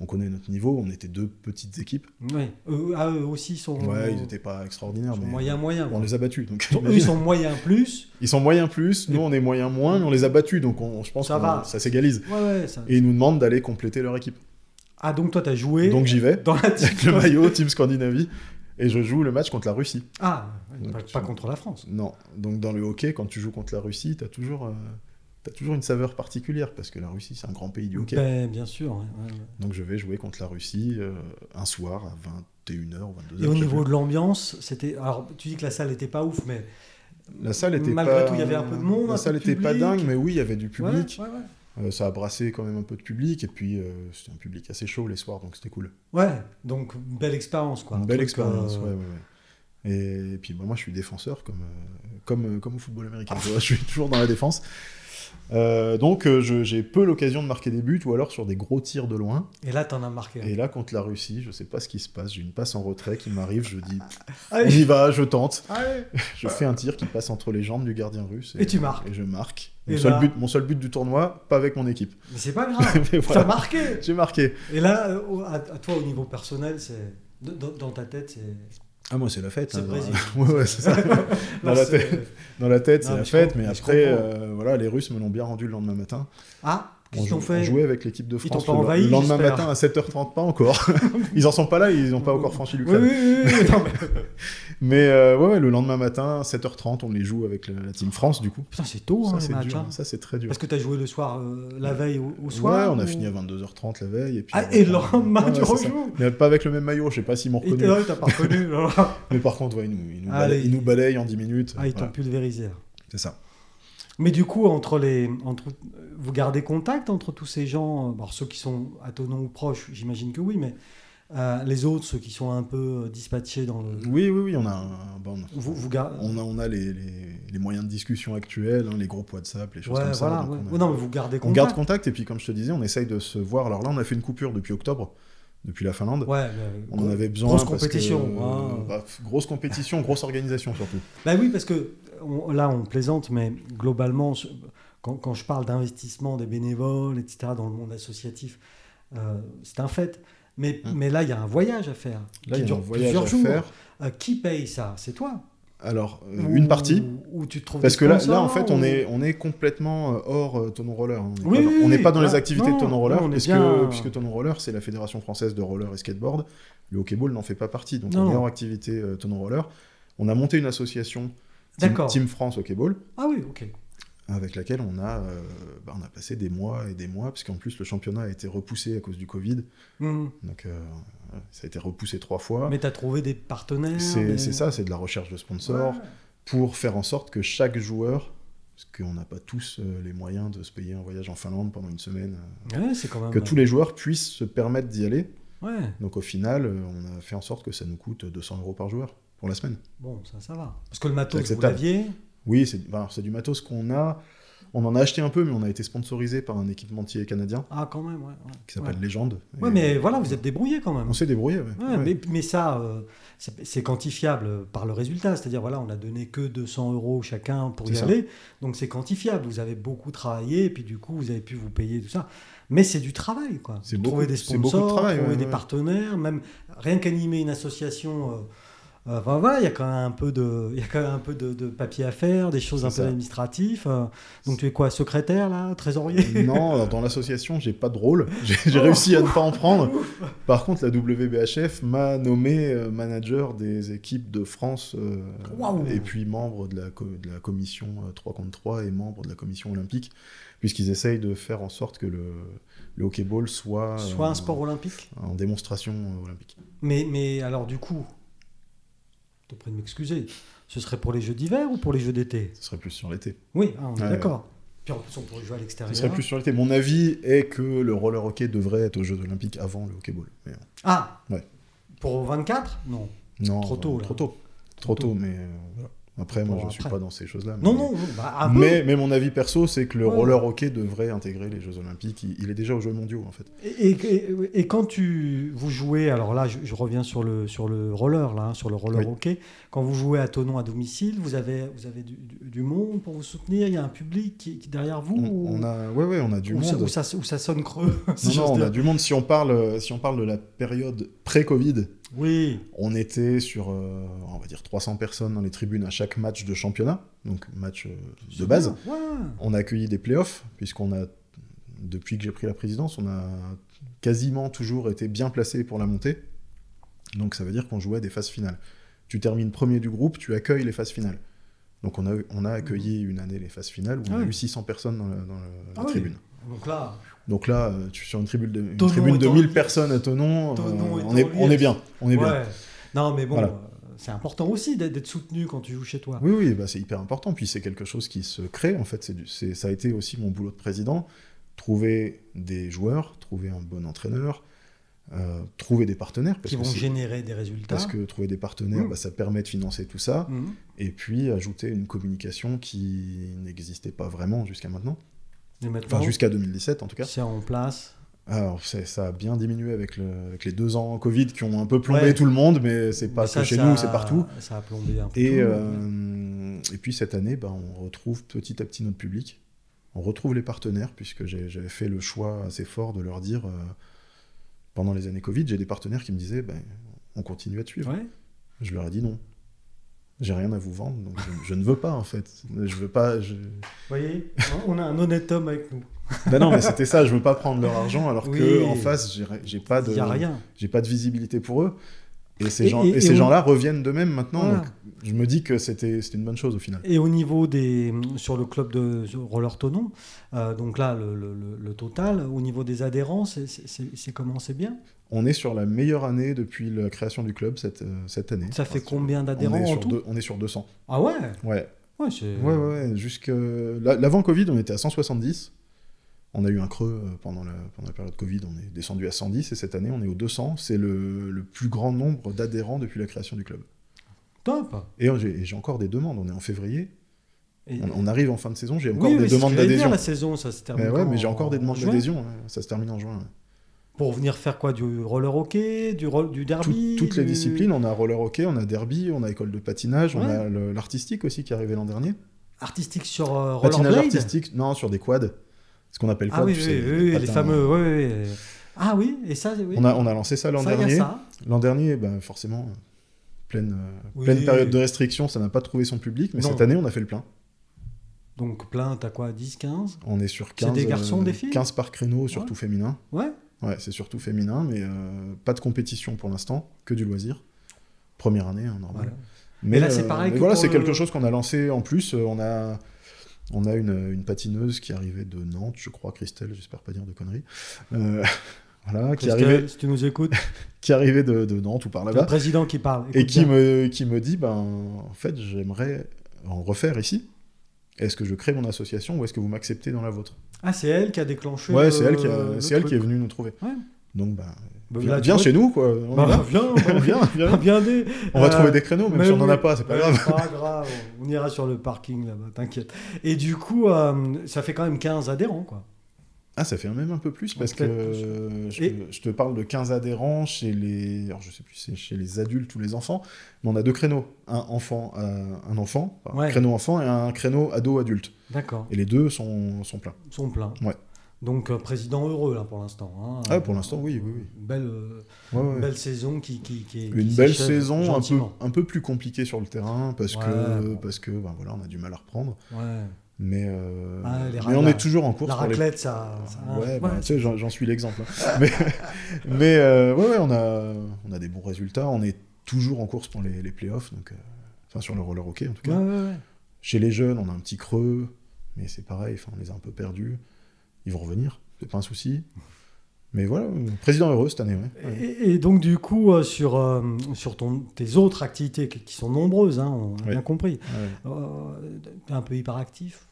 on connaît notre niveau, on était deux petites équipes. Ouais. Eux, ah, eux aussi sont, Ouais, ils n'étaient pas extraordinaires, sont mais moyens, moyens. on quoi. les a battus. Donc, (laughs) Eux, ils sont moyens plus. ils sont moyens plus, nous on est moyens moins, mais on les a battus, donc on- je pense Ça que va. ça s'égalise. Ouais, ouais, ça- Et ils nous demandent d'aller compléter leur équipe. Ah, donc toi, t'as joué Donc j'y vais, (laughs) dans la avec le maillot Team Scandinavie, et je joue le match contre la Russie. Ah, ouais, Donc, pas, tu- pas contre la France. Non, donc dans le hockey, quand tu joues contre la Russie, t'as toujours, euh, t'as toujours une saveur particulière, parce que la Russie c'est un grand pays du hockey. Ben, bien sûr. ouais, ouais, ouais. Donc je vais jouer contre la Russie euh, un soir à 21h ou 22h. Et au niveau de l'ambiance, c'était. Alors, tu dis que la salle n'était pas ouf, mais. la salle était malgré pas- tout, il y avait un peu de monde, un La salle peu de était pas public. dingue, mais oui, il y avait du Ouais, public. Ouais, ouais, Euh, ça a brassé quand même un peu de public, et puis euh, c'était un public assez chaud les soirs, donc c'était cool. Ouais, donc une belle expérience, quoi. Un Une belle truc, expérience, euh, ouais, ouais, ouais. Et, puis bah, moi, je suis défenseur, comme, euh, comme, euh, comme au football américain. tu vois, je suis (laughs) toujours dans la défense. Euh, donc euh, je- j'ai peu l'occasion de marquer des buts ou alors sur des gros tirs de loin. Et là, t'en as marqué. un. Et là contre la Russie, je sais pas ce qui se passe. J'ai une passe en retrait qui m'arrive. Je dis on (laughs) Allez, y va, je tente. allez. Je fais un tir qui passe entre les jambes du gardien russe. Ah Et tu marques. Et je marque. Mon, Et bah- seul là- but, mon seul but du tournoi, pas avec mon équipe. (laughs) Mais c'est pas grave, Mais t'as voilà, marqué. j'ai marqué. Et là, euh, au- à, à toi, au niveau personnel, c'est. de- Dans, dans ta tête, c'est. Ah, moi, c'est la fête. C'est le hein. Brésil. (laughs) Ouais, ouais, (laughs) c'est ça. Dans Non, la c'est- euh, Dans la tête, Non, c'est mais la je fête, comprends, mais mais je après, comprends. euh, voilà, les Russes me l'ont bien rendu le lendemain matin. Ah, on, qu'est-ce qu'on jou- on fait jouait avec l'équipe de Ils France t'ont pas le- envahi, le lendemain j'espère. matin à 7h30, (laughs) pas encore. ils en sont pas là, ils n'ont pas encore franchi Oui, oui, l'Ukraine. oui. oui, (laughs) non, mais- Mais euh, ouais, ouais, le lendemain matin, 7h30, on les joue avec la, la team France, du coup. Putain, c'est tôt, hein, ça, le c'est match. dur, hein. ça, c'est très dur. Parce que t'as joué le soir, euh, la veille au, au Ouais, soir. on a ou- fini à 22h30 la veille. Et, puis Ah, on et le reprend- lendemain, Ouais, tu ouais, c'est ça. rejoues Mais pas avec le même maillot, je sais pas s'ils m'ont Et reconnu. t'es là, t'as pas reconnu. (laughs) Oh, alors. Mais par contre, ouais, ils nous, ils nous Ah, balayent, les- ils nous balayent en 10 minutes. Ah, ils Voilà, t'ont pulvérisé. c'est ça. Mais du coup, entre les, entre, vous gardez contact entre tous ces gens, euh, alors ceux qui sont à ton nom ou proches, j'imagine que oui, mais euh, les autres, ceux qui sont un peu euh, dispatchés dans le. Oui, oui, oui, on a un... bon, on a- Vous, vous gardez. On a, on a les, les- les moyens de discussion actuels, hein, les groupes WhatsApp, les choses Ouais, comme ça. voilà. donc ouais. on, a- Ouais, Oh, Non, mais vous gardez on contact. garde contact et puis comme je te disais, on essaye de se voir. Alors là, on a fait une coupure depuis octobre, depuis la Finlande. Ouais, mais- On en avait besoin. Grosse parce que, compétition. euh, hein. bah, f- grosse compétition, grosse organisation surtout. Bah oui, parce que on- là, on plaisante, mais globalement, ce- quand, quand je parle d'investissement des bénévoles, etc., dans le monde associatif, euh, c'est un fait. Mais, Mm. mais là, il y a un voyage à faire. Là, qui il y a dure un voyage plusieurs à jours. faire. Euh, qui paye ça C'est toi Alors, euh, Ou- une partie. Ou tu te trouves Parce des que là, sponsors, là, en fait, on ou- est, on est complètement euh, hors euh, Tonon Roller. hein. On n'est Oui, pas, oui, on n'est oui, pas dans voilà. les activités Non, de Tonon Roller, non, on est puisque, bien- puisque Tonon Roller, c'est la fédération française de roller et skateboard. Le hockey-ball n'en fait pas partie, donc Non. on est hors activité euh, Tonon Roller. On a monté une association Team, D'accord. Team France Hockey Ball, Ah oui, ok. avec laquelle on a, euh, bah, on a passé des mois et des mois, puisqu'en plus le championnat a été repoussé à cause du Covid. Mhm. Donc euh, ça a été repoussé trois fois. Mais t'as trouvé des partenaires. C'est des- c'est ça, c'est de la recherche de sponsors Ouais. pour faire en sorte que chaque joueur, parce qu'on n'a pas tous euh, les moyens de se payer un voyage en Finlande pendant une semaine, euh, Ouais, c'est quand même. que tous les joueurs puissent se permettre d'y aller. Ouais. Donc au final, euh, on a fait en sorte que ça nous coûte 200 euros par joueur pour la semaine. Bon, ça, ça va. Parce que le matos, vous acceptable. l'aviez. Oui, c'est enfin, c'est du matos qu'on a. On en a acheté un peu, mais on a été sponsorisé par un équipementier canadien Ah, quand même, ouais. ouais. qui s'appelle Ouais. Légende. Ouais, Et mais voilà, vous êtes débrouillé quand même. On s'est débrouillé, ouais. Ouais, Ouais. Mais, mais ça, euh, c'est c'est quantifiable par le résultat. C'est-à-dire, voilà, on a donné que 200 euros chacun pour y C'est ça. aller. Donc, c'est quantifiable. Vous avez beaucoup travaillé, et puis du coup, vous avez pu vous payer tout ça. Mais c'est du travail, quoi. C'est trouver beaucoup- des c'est beaucoup de sponsors, travail, trouver ouais, des ouais. partenaires, même rien qu'animer une association. euh, euh, enfin, voilà, il y a quand même un peu de, il y a quand même un peu de, de papier à faire, des choses C'est un peu ça. administratives. euh. donc, tu es quoi, secrétaire là, trésorier (laughs) Non, alors, dans l'association, j'ai pas de rôle. (laughs) J'ai j'ai Oh. réussi à ne pas en prendre. Par contre, la WBHF m'a nommé euh, manager des équipes de France euh, Waouh. et puis membre de la, co- de la commission euh, 3 contre 3 et membre de la commission olympique, puisqu'ils essayent de faire en sorte que le, le hockey-ball soit, Soit euh, un sport olympique. en démonstration euh, olympique. Mais, mais alors du coup, je te prie de m'excuser, ce serait pour les jeux d'hiver ou pour les jeux d'été Ce serait plus sur l'été. Oui, ah, on est Ouais, d'accord. Puis en plus, on pourrait jouer à Ce l'extérieur. serait plus sur l'été. Mon avis est que le roller hockey devrait être aux Jeux olympiques avant le hockey-ball. Mais, euh, Ah Ouais. Pour 24 Non. non, Trop tôt, euh, là. Trop tôt. Trop tôt, mais euh, voilà. Après, moi, Bon, je ne suis après. pas dans ces choses-là. Non, mais- non, non, bah, un peu. mais, mais mon avis perso, c'est que le Ouais. roller hockey devrait intégrer les Jeux Olympiques. Il, il est déjà aux Jeux mondiaux, en fait. Et, et- et quand tu, vous jouez, alors là, je, je reviens sur le, sur le roller, là, hein, sur le roller Oui. hockey, quand vous jouez à Tonon à domicile, vous avez, vous avez du, du- du monde pour vous soutenir, il y a un public qui, qui est derrière vous On, ou- on a, ouais, ouais, on a du ou ça, monde. ou ça- ou ça sonne creux (laughs) si Non, j'ose non, on dire. a du monde. Si on parle, euh, si on parle de la période pré-Covid, Oui, on était sur, euh, on va dire, 300 personnes dans les tribunes à chaque match de championnat, donc match euh, de base. Ouais. On a accueilli des playoffs, puisqu'on a, depuis que j'ai pris la présidence, on a quasiment toujours été bien placé pour la montée. Donc ça veut dire qu'on jouait des phases finales. Tu termines premier du groupe, tu accueilles les phases finales. Donc on a, on a accueilli une année les phases finales où on Ah a oui. eu 600 personnes dans la, dans la- la Mmh. Ah oui. tribune. Donc là, Donc là, euh, tu, sur une tribune de, une Thonon tribune de étant- 1000 personnes à Tonon, Thonon on, étant est, lui, on est elle- bien. On est bien. Ouais. Non, mais bon, Voilà. euh, c'est important aussi d'être d'être soutenu quand tu joues chez toi. Oui, oui, bah, c'est hyper important. Puis c'est quelque chose qui se crée. En fait, c'est du- c'est- ça a été aussi mon boulot de président. Trouver des joueurs, trouver un bon entraîneur, euh, trouver des partenaires. Parce qui que vont c'est- générer des résultats. Parce que trouver des partenaires, Mm. bah, ça permet de financer tout ça. Mhm. Et puis ajouter une communication qui n'existait pas vraiment jusqu'à maintenant. Et maintenant, Enfin, jusqu'à 2017 en tout cas. c'est en place. Alors, c'est- ça a bien diminué avec, le- avec les deux ans Covid qui ont un peu plombé Ouais. tout le monde, mais c'est pas Mais ça, que chez ça- nous, c'est partout. Ça a plombé un peu. tout Et, le euh, monde. et puis cette année, bah, on retrouve petit à petit notre public. On retrouve les partenaires, puisque j'ai- j'avais fait le choix assez fort de leur dire, euh, pendant les années Covid, j'ai des partenaires qui me disaient, ben, on continue à te suivre. Ouais. Je leur ai dit non. J'ai rien à vous vendre, donc je, je ne veux pas en fait. Je veux pas. Je... Vous voyez, on a un honnête homme avec nous. Ben non, mais c'était ça. Je veux pas prendre leur argent alors que Oui. en face, j'ai- j'ai pas Il de, n'y a rien. j'ai pas de visibilité pour eux. Et ces Et- gens, et- et, et ces on- gens-là reviennent d'eux-mêmes maintenant. Voilà. Donc je me dis que c'était, c'était une bonne chose au final. Et au niveau des. Sur le club de sur Roller Tonon, euh, donc là, le, le- le- le total, au niveau des adhérents, c'est- c'est c'est- c'est comment C'est bien On est sur la meilleure année depuis la création du club cette, euh, cette année. Ça fait Parce que combien on d'adhérents est, en sur tout deux- on est sur 200. Ah ouais Ouais, Ouais, c'est. ouais, ouais. ouais. Jusque... la- L'avant Covid, on était à 170. On a eu un creux euh, pendant la, pendant la période Covid, on est descendu à 110 et cette année on est au 200. C'est le, le plus grand nombre d'adhérents depuis la création du club. Top Et euh, j'ai et j'ai encore des demandes, on est en février. Et- On, on arrive en fin de saison, j'ai encore Oui, des oui, c'est ce demandes que j'allais dire, d'adhésion. La saison, ça se termine. Mais ouais, quand, mais j'ai en- encore des en demandes juin d'adhésion, ouais. ça se termine en juin. hein. ouais. Pour venir faire quoi Du roller hockey Du, roll- du Tout- derby toutes les du- disciplines, on a roller hockey, on a derby, on a école de patinage, on Ouais. a le- l'artistique aussi qui est arrivé l'an dernier. Artistique sur euh, Patinage rollerblade artistique, non, sur des quads, ce qu'on appelle quad. Ah oui, tu oui, sais, oui, oui, les patins. fameux. ouais, ouais, ouais. Ah oui, et ça, oui. On a, on a lancé ça l'an Ça, il y a dernier. ça. L'an dernier, ben, forcément, pleine, euh, Oui. pleine période de restriction, ça n'a pas trouvé son public, mais Non. cette année, on a fait le plein. Donc plein, t'as quoi 10, 15 On est sur C'est 15, des garçons, des filles 15 par créneau, surtout féminin. Ouais. Ouais, c'est surtout féminin, mais euh, pas de compétition pour l'instant, que du loisir. Première année, hein, normal. Voilà. Mais là, c'est pareil mais que voilà, pour c'est le- quelque chose qu'on a lancé en plus. Euh, On a, On a une, une patineuse qui arrivait de Nantes, je crois, Christelle, j'espère pas dire de conneries. Euh, (laughs) voilà, qui Christelle, arrivait, si tu nous écoutes, qui arrivait de, de Nantes ou par c'est le là-bas, président qui parle. et Écoute qui bien. me, qui me dit, ben, en fait, j'aimerais en refaire ici. Est-ce que je crée mon association ou est-ce que vous m'acceptez dans la vôtre Ah, c'est elle qui a déclenché. Ouais, le- c'est elle, qui, le a- c'est elle truc. qui est venue nous trouver. Ouais. Donc, ben, Bah, viens, là, tu viens vois, chez nous, quoi. On y Bah, va. (laughs) viens, Viens, viens, viens, viens. viens des- On va Euh, trouver (laughs) des créneaux, même si on oui. n'en a pas, c'est pas Mais grave. pas grave, on ira sur le parking là-bas, t'inquiète. Et du coup, euh, ça fait quand même 15 adhérents, quoi. Ah, ça fait même un peu plus parce que Peut-être euh, je, Et- je te parle de 15 adhérents chez les, alors je sais plus, c'est chez les adultes ou les enfants, mais on a deux créneaux, un enfant, euh, un enfant, enfin, Ouais. créneau enfant et un créneau ado adulte, D'accord, et les deux sont, sont pleins. ils sont pleins. Ouais. Donc, euh, président heureux, là, pour l'instant. hein. Ah, pour l'instant, oui, oui, oui. Belle, euh, Ouais, ouais. belle saison qui, qui, qui- qui Bah, Une belle s'achève saison, un peu, gentiment. un peu plus compliquée sur le terrain parce que, Ouais. parce que, ben voilà, on a du mal à reprendre, Ouais. mais, euh, Ah, les mais on rats- est toujours en course. La pour les- raclette, ça... ça- ouais, Ah, ouais, bah, tu sais, j'en j'en suis l'exemple. hein. (laughs) mais mais, euh, ouais, ouais, on a, on a des bons résultats. On est toujours en course pour les, les playoffs, donc, euh, enfin sur le roller hockey en tout ouais, cas. ouais, ouais. Chez les jeunes, on a un petit creux, mais c'est pareil. Enfin, on les a un peu perdus. Ils vont revenir, c'est pas un souci. Mais voilà, euh, président heureux cette année. ouais. Ouais. Et, et donc, du coup, euh, sur, euh, sur ton, tes autres activités, qui, qui sont nombreuses, hein, on a Ouais. bien compris, Ouais. euh, t'es un peu hyperactif.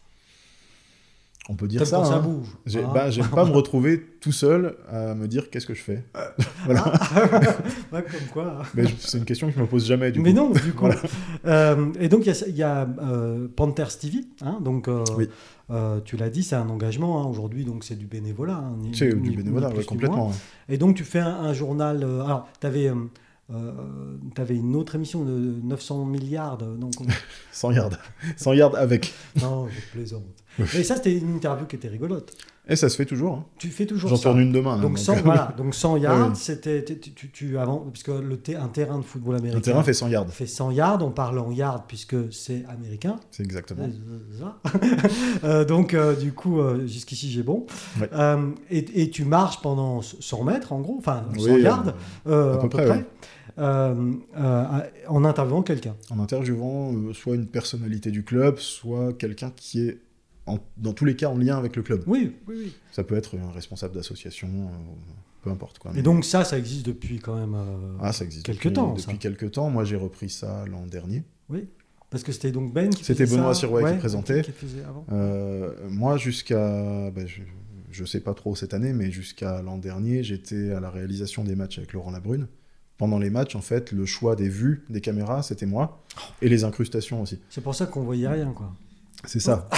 On peut dire T'aimes ça. quand ça hein. bouge. J'ai- hein. bah, J'aime (laughs) pas me retrouver tout seul à me dire qu'est-ce que je fais. voilà. Ah, (laughs) ouais, comme quoi. Mais je- c'est une question que je me pose jamais. Du Mais coup. non, du coup. Voilà. Euh, et donc, il y a, ça- il y a, euh, Panthers TV. hein, donc, euh, Oui. euh, tu l'as dit, c'est un engagement hein, aujourd'hui, donc c'est du bénévolat. hein, ni- C'est ni- du ni bénévolat, plus ouais, ni moins. complètement. ouais. Et donc, tu fais un, un journal. euh, alors, tu avais, une autre émission de 900 milliards. de- non, (laughs) comment- Sans yard. Sans yard avec. non, je plaisante. Et ça, c'était une interview qui était rigolote. Et ça se fait toujours. hein. Tu fais toujours J'en ça. tourne une demain. là, Donc 100, euh, voilà, donc 100 yards, Ouais. c'était tu, tu, tu avant parce que le te- un terrain de football américain (laughs) Le terrain fait 100 yards. fait 100 yards, on parle en yards puisque c'est américain. C'est exactement. (laughs) Euh, donc euh, du coup euh, jusqu'ici j'ai bon. Ouais. Euh, et, et tu marches pendant 100 mètres en gros, enfin 100 Oui, yards euh, à à peu peu, près, près. ouais. Euh, euh, en interviewant quelqu'un. En interviewant euh, soit une personnalité du club, soit quelqu'un qui est, en- dans tous les cas, en lien avec le club. Oui, oui, oui. Ça peut être un responsable d'association, euh, peu importe quoi. Et donc ça, ça existe depuis quand même. euh, Ah, ça existe Quelque depuis, temps, depuis ça. quelques temps. Moi, j'ai repris ça l'an dernier. Parce que c'était donc Ben qui C'était faisait Benoît ça, Sirouet qui ouais, présentait. qui faisait avant. Euh, moi, jusqu'à. bah, je, je sais pas trop cette année, mais jusqu'à l'an dernier, j'étais à la réalisation des matchs avec Laurent Labrune. Pendant les matchs, en fait, le choix des vues, des caméras, c'était moi. Et les incrustations aussi. C'est pour ça qu'on voyait rien quoi. C'est (laughs) ça.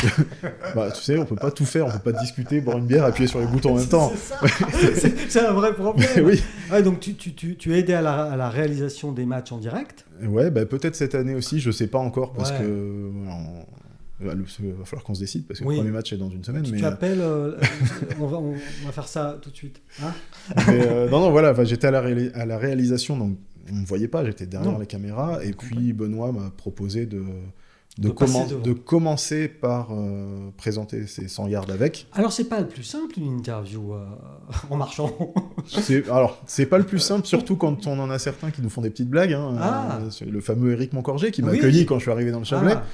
bah, tu sais, on peut pas tout faire, on peut pas discuter, boire une bière, appuyer sur les boutons en (laughs) même temps. C'est ça. C'est- C'est un vrai problème. Mais (laughs) oui. Ouais, donc tu, tu, tu, tu as aidé à la, à la réalisation des matchs en direct. Ouais, bah, peut-être cette année aussi, je sais pas encore parce Ouais. que euh, on- bah, le- il va falloir qu'on se décide parce que Oui. le premier match est dans une semaine. tu mais, t'appelles, (laughs) euh, on, va, on va faire ça tout de suite. hein mais, euh, non, non, voilà, enfin, j'étais à la, réali- à la réalisation, donc on me voyait pas, j'étais derrière Non. les caméras et puis Benoît m'a proposé de de, De passer commen- devant. de commencer par euh, présenter ses 100 yards avec. Alors c'est pas le plus simple une interview euh, (laughs) en marchant. C'est- Alors, c'est pas le plus simple, surtout quand on en a certains qui nous font des petites blagues. hein. Ah. Euh, c'est le fameux Eric Moncorgé qui m'a Oui. accueilli quand je suis arrivé dans le Chablais, Ah,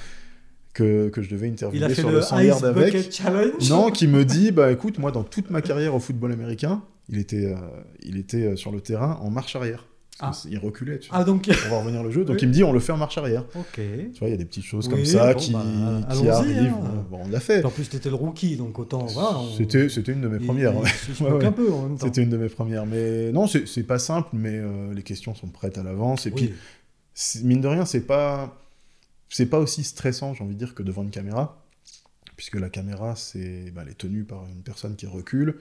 que, que je devais il a interviewer fait sur le le 100 yards Ice avec. Bucket Challenge. Non, qui me dit, bah écoute, moi dans toute ma carrière au football américain, il était, euh, il était euh, sur le terrain en marche arrière. Parce que Il reculait, tu Ah (laughs) donc pour voir venir le jeu. Donc Oui. il me dit, on le fait en marche arrière. ok. Tu vois, il y a des petites choses Oui, comme ça bon, qui, bah, qui allons-y, arrivent. Euh, hein. Bon, on l'a fait. En plus t'étais le rookie donc autant. voilà, on- C'était c'était une de mes il- premières. il ouais. se moque (laughs) ouais. un peu en même temps. C'était une de mes premières. Mais non, c'est c'est pas simple, mais euh, les questions sont prêtes à l'avance. Et Oui. puis, c'est- mine de rien, c'est pas. C'est pas aussi stressant, j'ai envie de dire, que devant une caméra, puisque la caméra, c'est, bah, elle est tenue par une personne qui recule,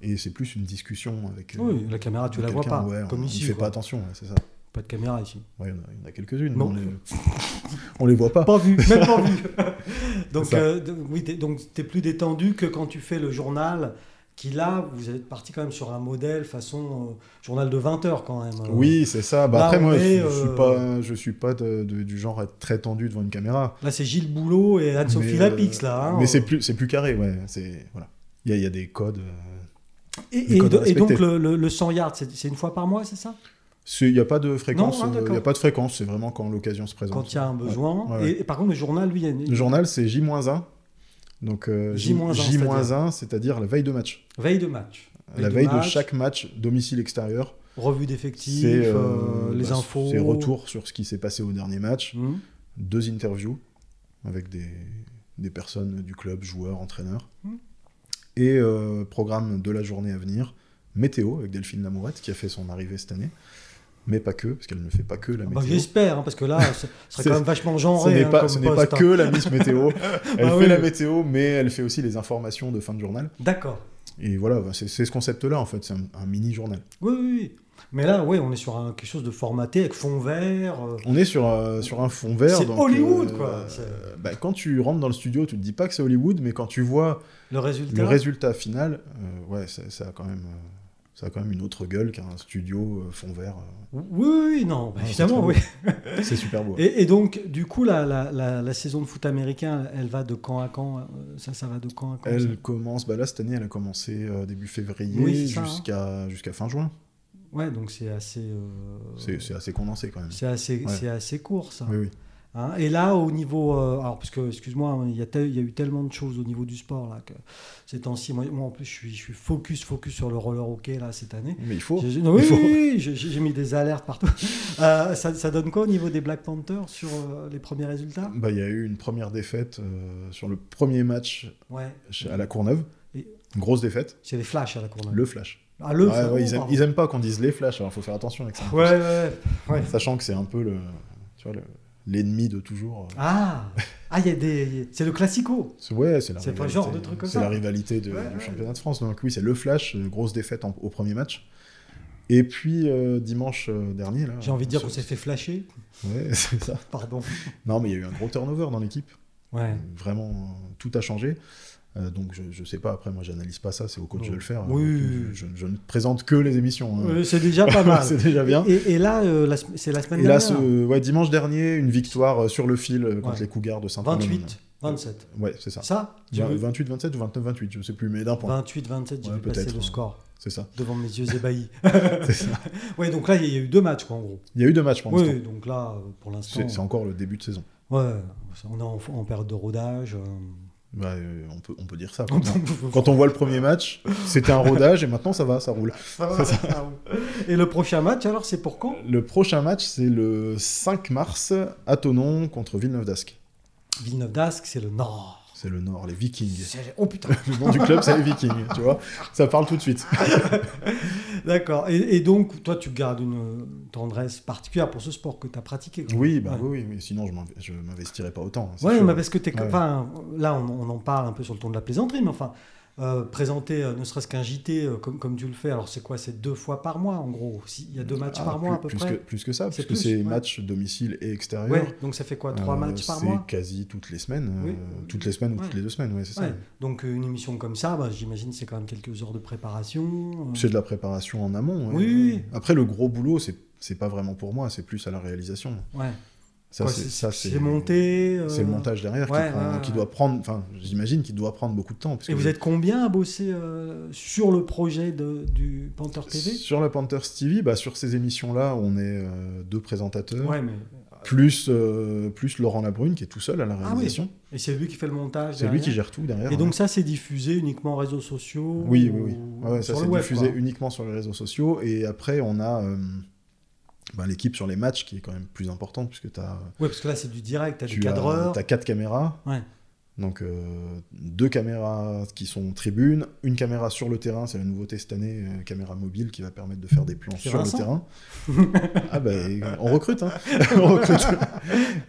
et c'est plus une discussion avec. euh, Oui, la caméra tu la vois quelqu'un, pas. ouais, on- comme on ici. fait quoi. pas attention, ouais, c'est ça. Pas de caméra ici. Ouais, il y en a, il y en a quelques-unes, mais Non. on les... (laughs) on les voit pas. Pas vu, même pas vu. (laughs) donc, C'est ça. euh, d- oui, t'es- donc t'es plus détendu que quand tu fais le journal, qui là, vous êtes parti quand même sur un modèle façon euh, journal de 20 heures quand même. euh. Oui, c'est ça. Bah, Là, après, on moi, est, je, je suis euh, pas, je suis pas de- de- du genre à être très tendu devant une caméra. Là, c'est Gilles Boulot et Anne-Sophie Mais, euh, Lapix, là. hein. mais c'est plus, c'est plus carré, ouais. C'est voilà. Il y, a- il y a des codes. euh, Et, le et code do- à et donc, respecter. le, le- le 100 yards, c'est c'est une fois par mois, c'est ça c'est- Il n'y a pas de fréquence. hein, euh, Il d'accord. y a pas de fréquence. C'est vraiment quand l'occasion se présente. Quand il y a un besoin. Ouais, ouais. Et, et par contre, le journal, lui, il y a une- Le journal, c'est J-1. Donc euh, J- J-1, J-1, c'est-à-dire la veille de match. Veille de match. la veille de match, chaque match domicile-extérieur. Revue d'effectifs, C'est euh, euh, les bah, infos. C'est retour sur ce qui s'est passé au dernier match. Hmm. Deux interviews avec des, des personnes du club, joueurs, entraîneurs. Mm. Et euh, programme de la journée à venir, météo avec Delphine Lamourette qui a fait son arrivée cette année. Mais pas que, parce qu'elle ne fait pas que la Bah, météo. J'espère, hein, parce que là, (laughs) ce serait C'est- quand même vachement ce genré. n'est hein, pas, comme ce n'est pas poste, hein. que la (laughs) Miss Météo. Elle Ah fait oui. la météo, mais elle fait aussi les informations de fin de journal. D'accord. Et voilà, bah, c'est c'est ce concept-là, en fait. C'est un, un mini-journal. Oui, oui, oui. Mais là, oui, on est sur un- quelque chose de formaté avec fond vert. euh, On est sur, euh, sur un fond vert. C'est donc, Hollywood, euh, quoi. euh, C'est- bah, quand tu rentres dans le studio, tu te dis pas que c'est Hollywood, mais quand tu vois le résultat. le résultat final, euh, ouais, ça, ça a quand même, euh, ça a quand même une autre gueule qu'un studio euh, fond vert. euh. Oui, oui, oui, non, bah, Ah, c'est évidemment, très oui. c'est super beau. hein. Et, et donc, du coup, la, la, la, la saison de foot américain, elle va de camp à camp. euh, Ça, ça va de camp à camp. ça Elle commence, bah là cette année, elle a commencé euh, début février Oui, c'est ça, hein. Euh, jusqu'à jusqu'à fin juin. Ouais, donc c'est assez. euh, C'est c'est assez condensé quand même. c'est assez, Ouais. c'est assez court, ça. Oui, oui. Hein, et là, au niveau. euh, alors, parce que, excuse-moi, hein, il y, a tel- il y a eu tellement de choses au niveau du sport, là, que ces temps-ci. Moi, moi, en plus, je suis, je suis focus, focus sur le roller hockey, là, cette année. Mais il faut. (laughs) J'ai- non, Oh. oui, Il faut. oui, oui, j'ai j'ai mis des alertes (laughs) partout. Euh, ça, ça donne quoi au niveau des Black Panthers sur euh, les premiers résultats Bah, il y a eu une première défaite euh, sur le premier match Ouais, chez- à la Courneuve. Et- Grosse défaite. c'est les flashs à la cour. Le flash. Ah, le Ouais, flash, ouais, oh, ils, aiment, pardon. ils aiment pas qu'on dise les flashs, alors faut faire attention avec ça. Ouais, ouais, ouais. ouais. Sachant que c'est un peu le, tu vois, le- l'ennemi de toujours. euh. Ah, ah, il y a des. C'est le classico. C'est- Ouais, c'est la C'est pas le rivalité- genre de truc comme c'est ça. la rivalité de- Ouais, du ouais. championnat de France. Donc oui, c'est le flash, euh, grosse défaite en- au premier match. Et puis euh, dimanche euh, dernier, là. J'ai envie de dire sur- qu'on s'est fait flasher. Ouais, (laughs) c'est ça. Pardon. Non, mais il y a eu un gros turnover dans l'équipe. Ouais. Vraiment, euh, tout a changé. Euh, donc je, je sais pas. Après, moi, j'analyse pas ça. C'est au coach Non. de le faire. Oui, Donc, oui, je- oui. je, je ne présente que les émissions. hein. (laughs) Euh, c'est déjà pas mal. c'est déjà bien. Et, et là, euh, la sem- c'est la semaine Et là, dernière. ce, ouais, dimanche dernier, une victoire euh, sur le fil euh, contre Ouais. les Cougars de saint 28, Ah, 27. Ouais, c'est ça. Ça j'ai vu. 28-27 ou 29-28, je sais plus, mais d'un point. 28, 27, j'ai Ouais, vu passer peut-être, le ouais. score C'est ça. devant mes yeux ébahis. (laughs) C'est ça. ouais, donc là, il y a eu deux matchs, quoi, en gros. Il y a eu deux matchs pendant ce temps. Oui, donc là, euh, pour l'instant, C'est c'est encore le début de saison. ouais, on est en, en période de rodage. euh. Bah, euh, on, peut, on peut dire ça. (laughs) quoi. Quand on- Quand on voit le premier match, c'était un rodage et maintenant ça va, ça roule. Et le prochain match, alors, c'est pour quand Le prochain match, c'est le 5 mars à Tonon contre Villeneuve d'Ascq. Villeneuve d'Ascq, c'est le Nord. C'est le Nord, les Vikings. C'est- Oh putain Le nom du club, c'est les Vikings, tu vois. Ça parle tout de suite. (laughs) D'accord. Et, et donc, toi, tu gardes une tendresse particulière pour ce sport que tu as pratiqué. quoi. Oui, bah Ouais. oui, oui, oui, sinon je m'inv- je m'investirais pas autant. hein, c'est Ouais, sûr. mais parce que t'es, Ouais. enfin, là, on, on en parle un peu sur le ton de la plaisanterie, mais enfin, euh, présenter euh, ne serait-ce qu'un JT euh, comme, comme tu le fais, alors c'est quoi C'est deux fois par mois, en gros. Si- Il y a deux matchs Ah, par mois, à peu plus, près. Que, plus que ça, C'est puisque plus, c'est ouais. match domicile et extérieur. Ouais, donc ça fait quoi Trois Euh, matchs par mois C'est quasi toutes les semaines. Oui. euh, toutes les semaines ou Ouais. toutes les deux semaines, ouais, c'est Ouais. ça. Donc euh, une émission comme ça, bah, j'imagine c'est quand même quelques heures de préparation. euh. C'est de la préparation en amont. ouais. Oui, oui, oui. Après, le gros boulot, c'est c'est pas vraiment pour moi, c'est plus à la réalisation. Ouais. Ça, Quoi, c'est c'est, ça, c'est monté. euh, C'est le montage derrière ouais, qui, prend- ouais, ouais. qui doit prendre. Enfin, j'imagine qu'il doit prendre beaucoup de temps. parce Et que vous êtes combien à bosser euh, sur le projet de, du Panther TV Sur la Panthers TV, bah, sur ces émissions-là, on est euh, deux présentateurs, Ouais, mais plus, euh, plus Laurent Labrune qui est tout seul à la réalisation. et c'est lui qui fait le montage. c'est lui qui derrière gère tout derrière. Ah Et ouais. donc ça, c'est diffusé uniquement en réseaux sociaux. Oui, oui, oui. ou Ouais, ouais, ça sur c'est le web, diffusé quoi. uniquement sur les réseaux sociaux. Et après, on a euh, ben, l'équipe sur les matchs qui est quand même plus importante puisque t'as, Ouais, parce que là, c'est du direct. T'as des tu as, cadreurs. t'as quatre caméras. Ouais. Donc euh, deux caméras qui sont tribune, une caméra sur le terrain, c'est la nouveauté cette année, euh, caméra mobile qui va permettre de faire des plans C'est sur Vincent le terrain. (laughs) ah ben on recrute, hein. (laughs) on recrute.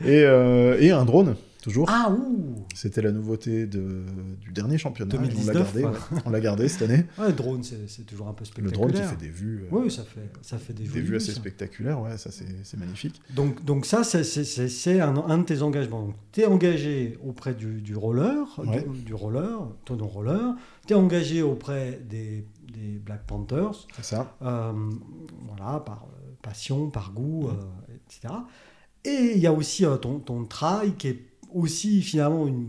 Et, euh, et un drone toujours. Ah ouh, C'était la nouveauté de- du dernier championnat. et on l'a 2019, gardé, ouais. ouais. on l'a gardé cette année. ouais, drone, c'est c'est toujours un peu Le spectaculaire. drone qui fait des vues. euh, Oui, ça fait ça fait des, des jolies vues assez ça. spectaculaires, ouais, ça c'est c'est magnifique. Donc, donc ça, c'est- c'est- c'est c'est un, un de tes engagements. Tu es engagé auprès du, du roller, Ouais. du, du roller, ton roller. Tu es engagé auprès des, des Black Panthers, C'est ça. euh, voilà, par euh, passion, par goût, euh, etc. Et il y a aussi euh, ton, ton trail qui est aussi finalement une,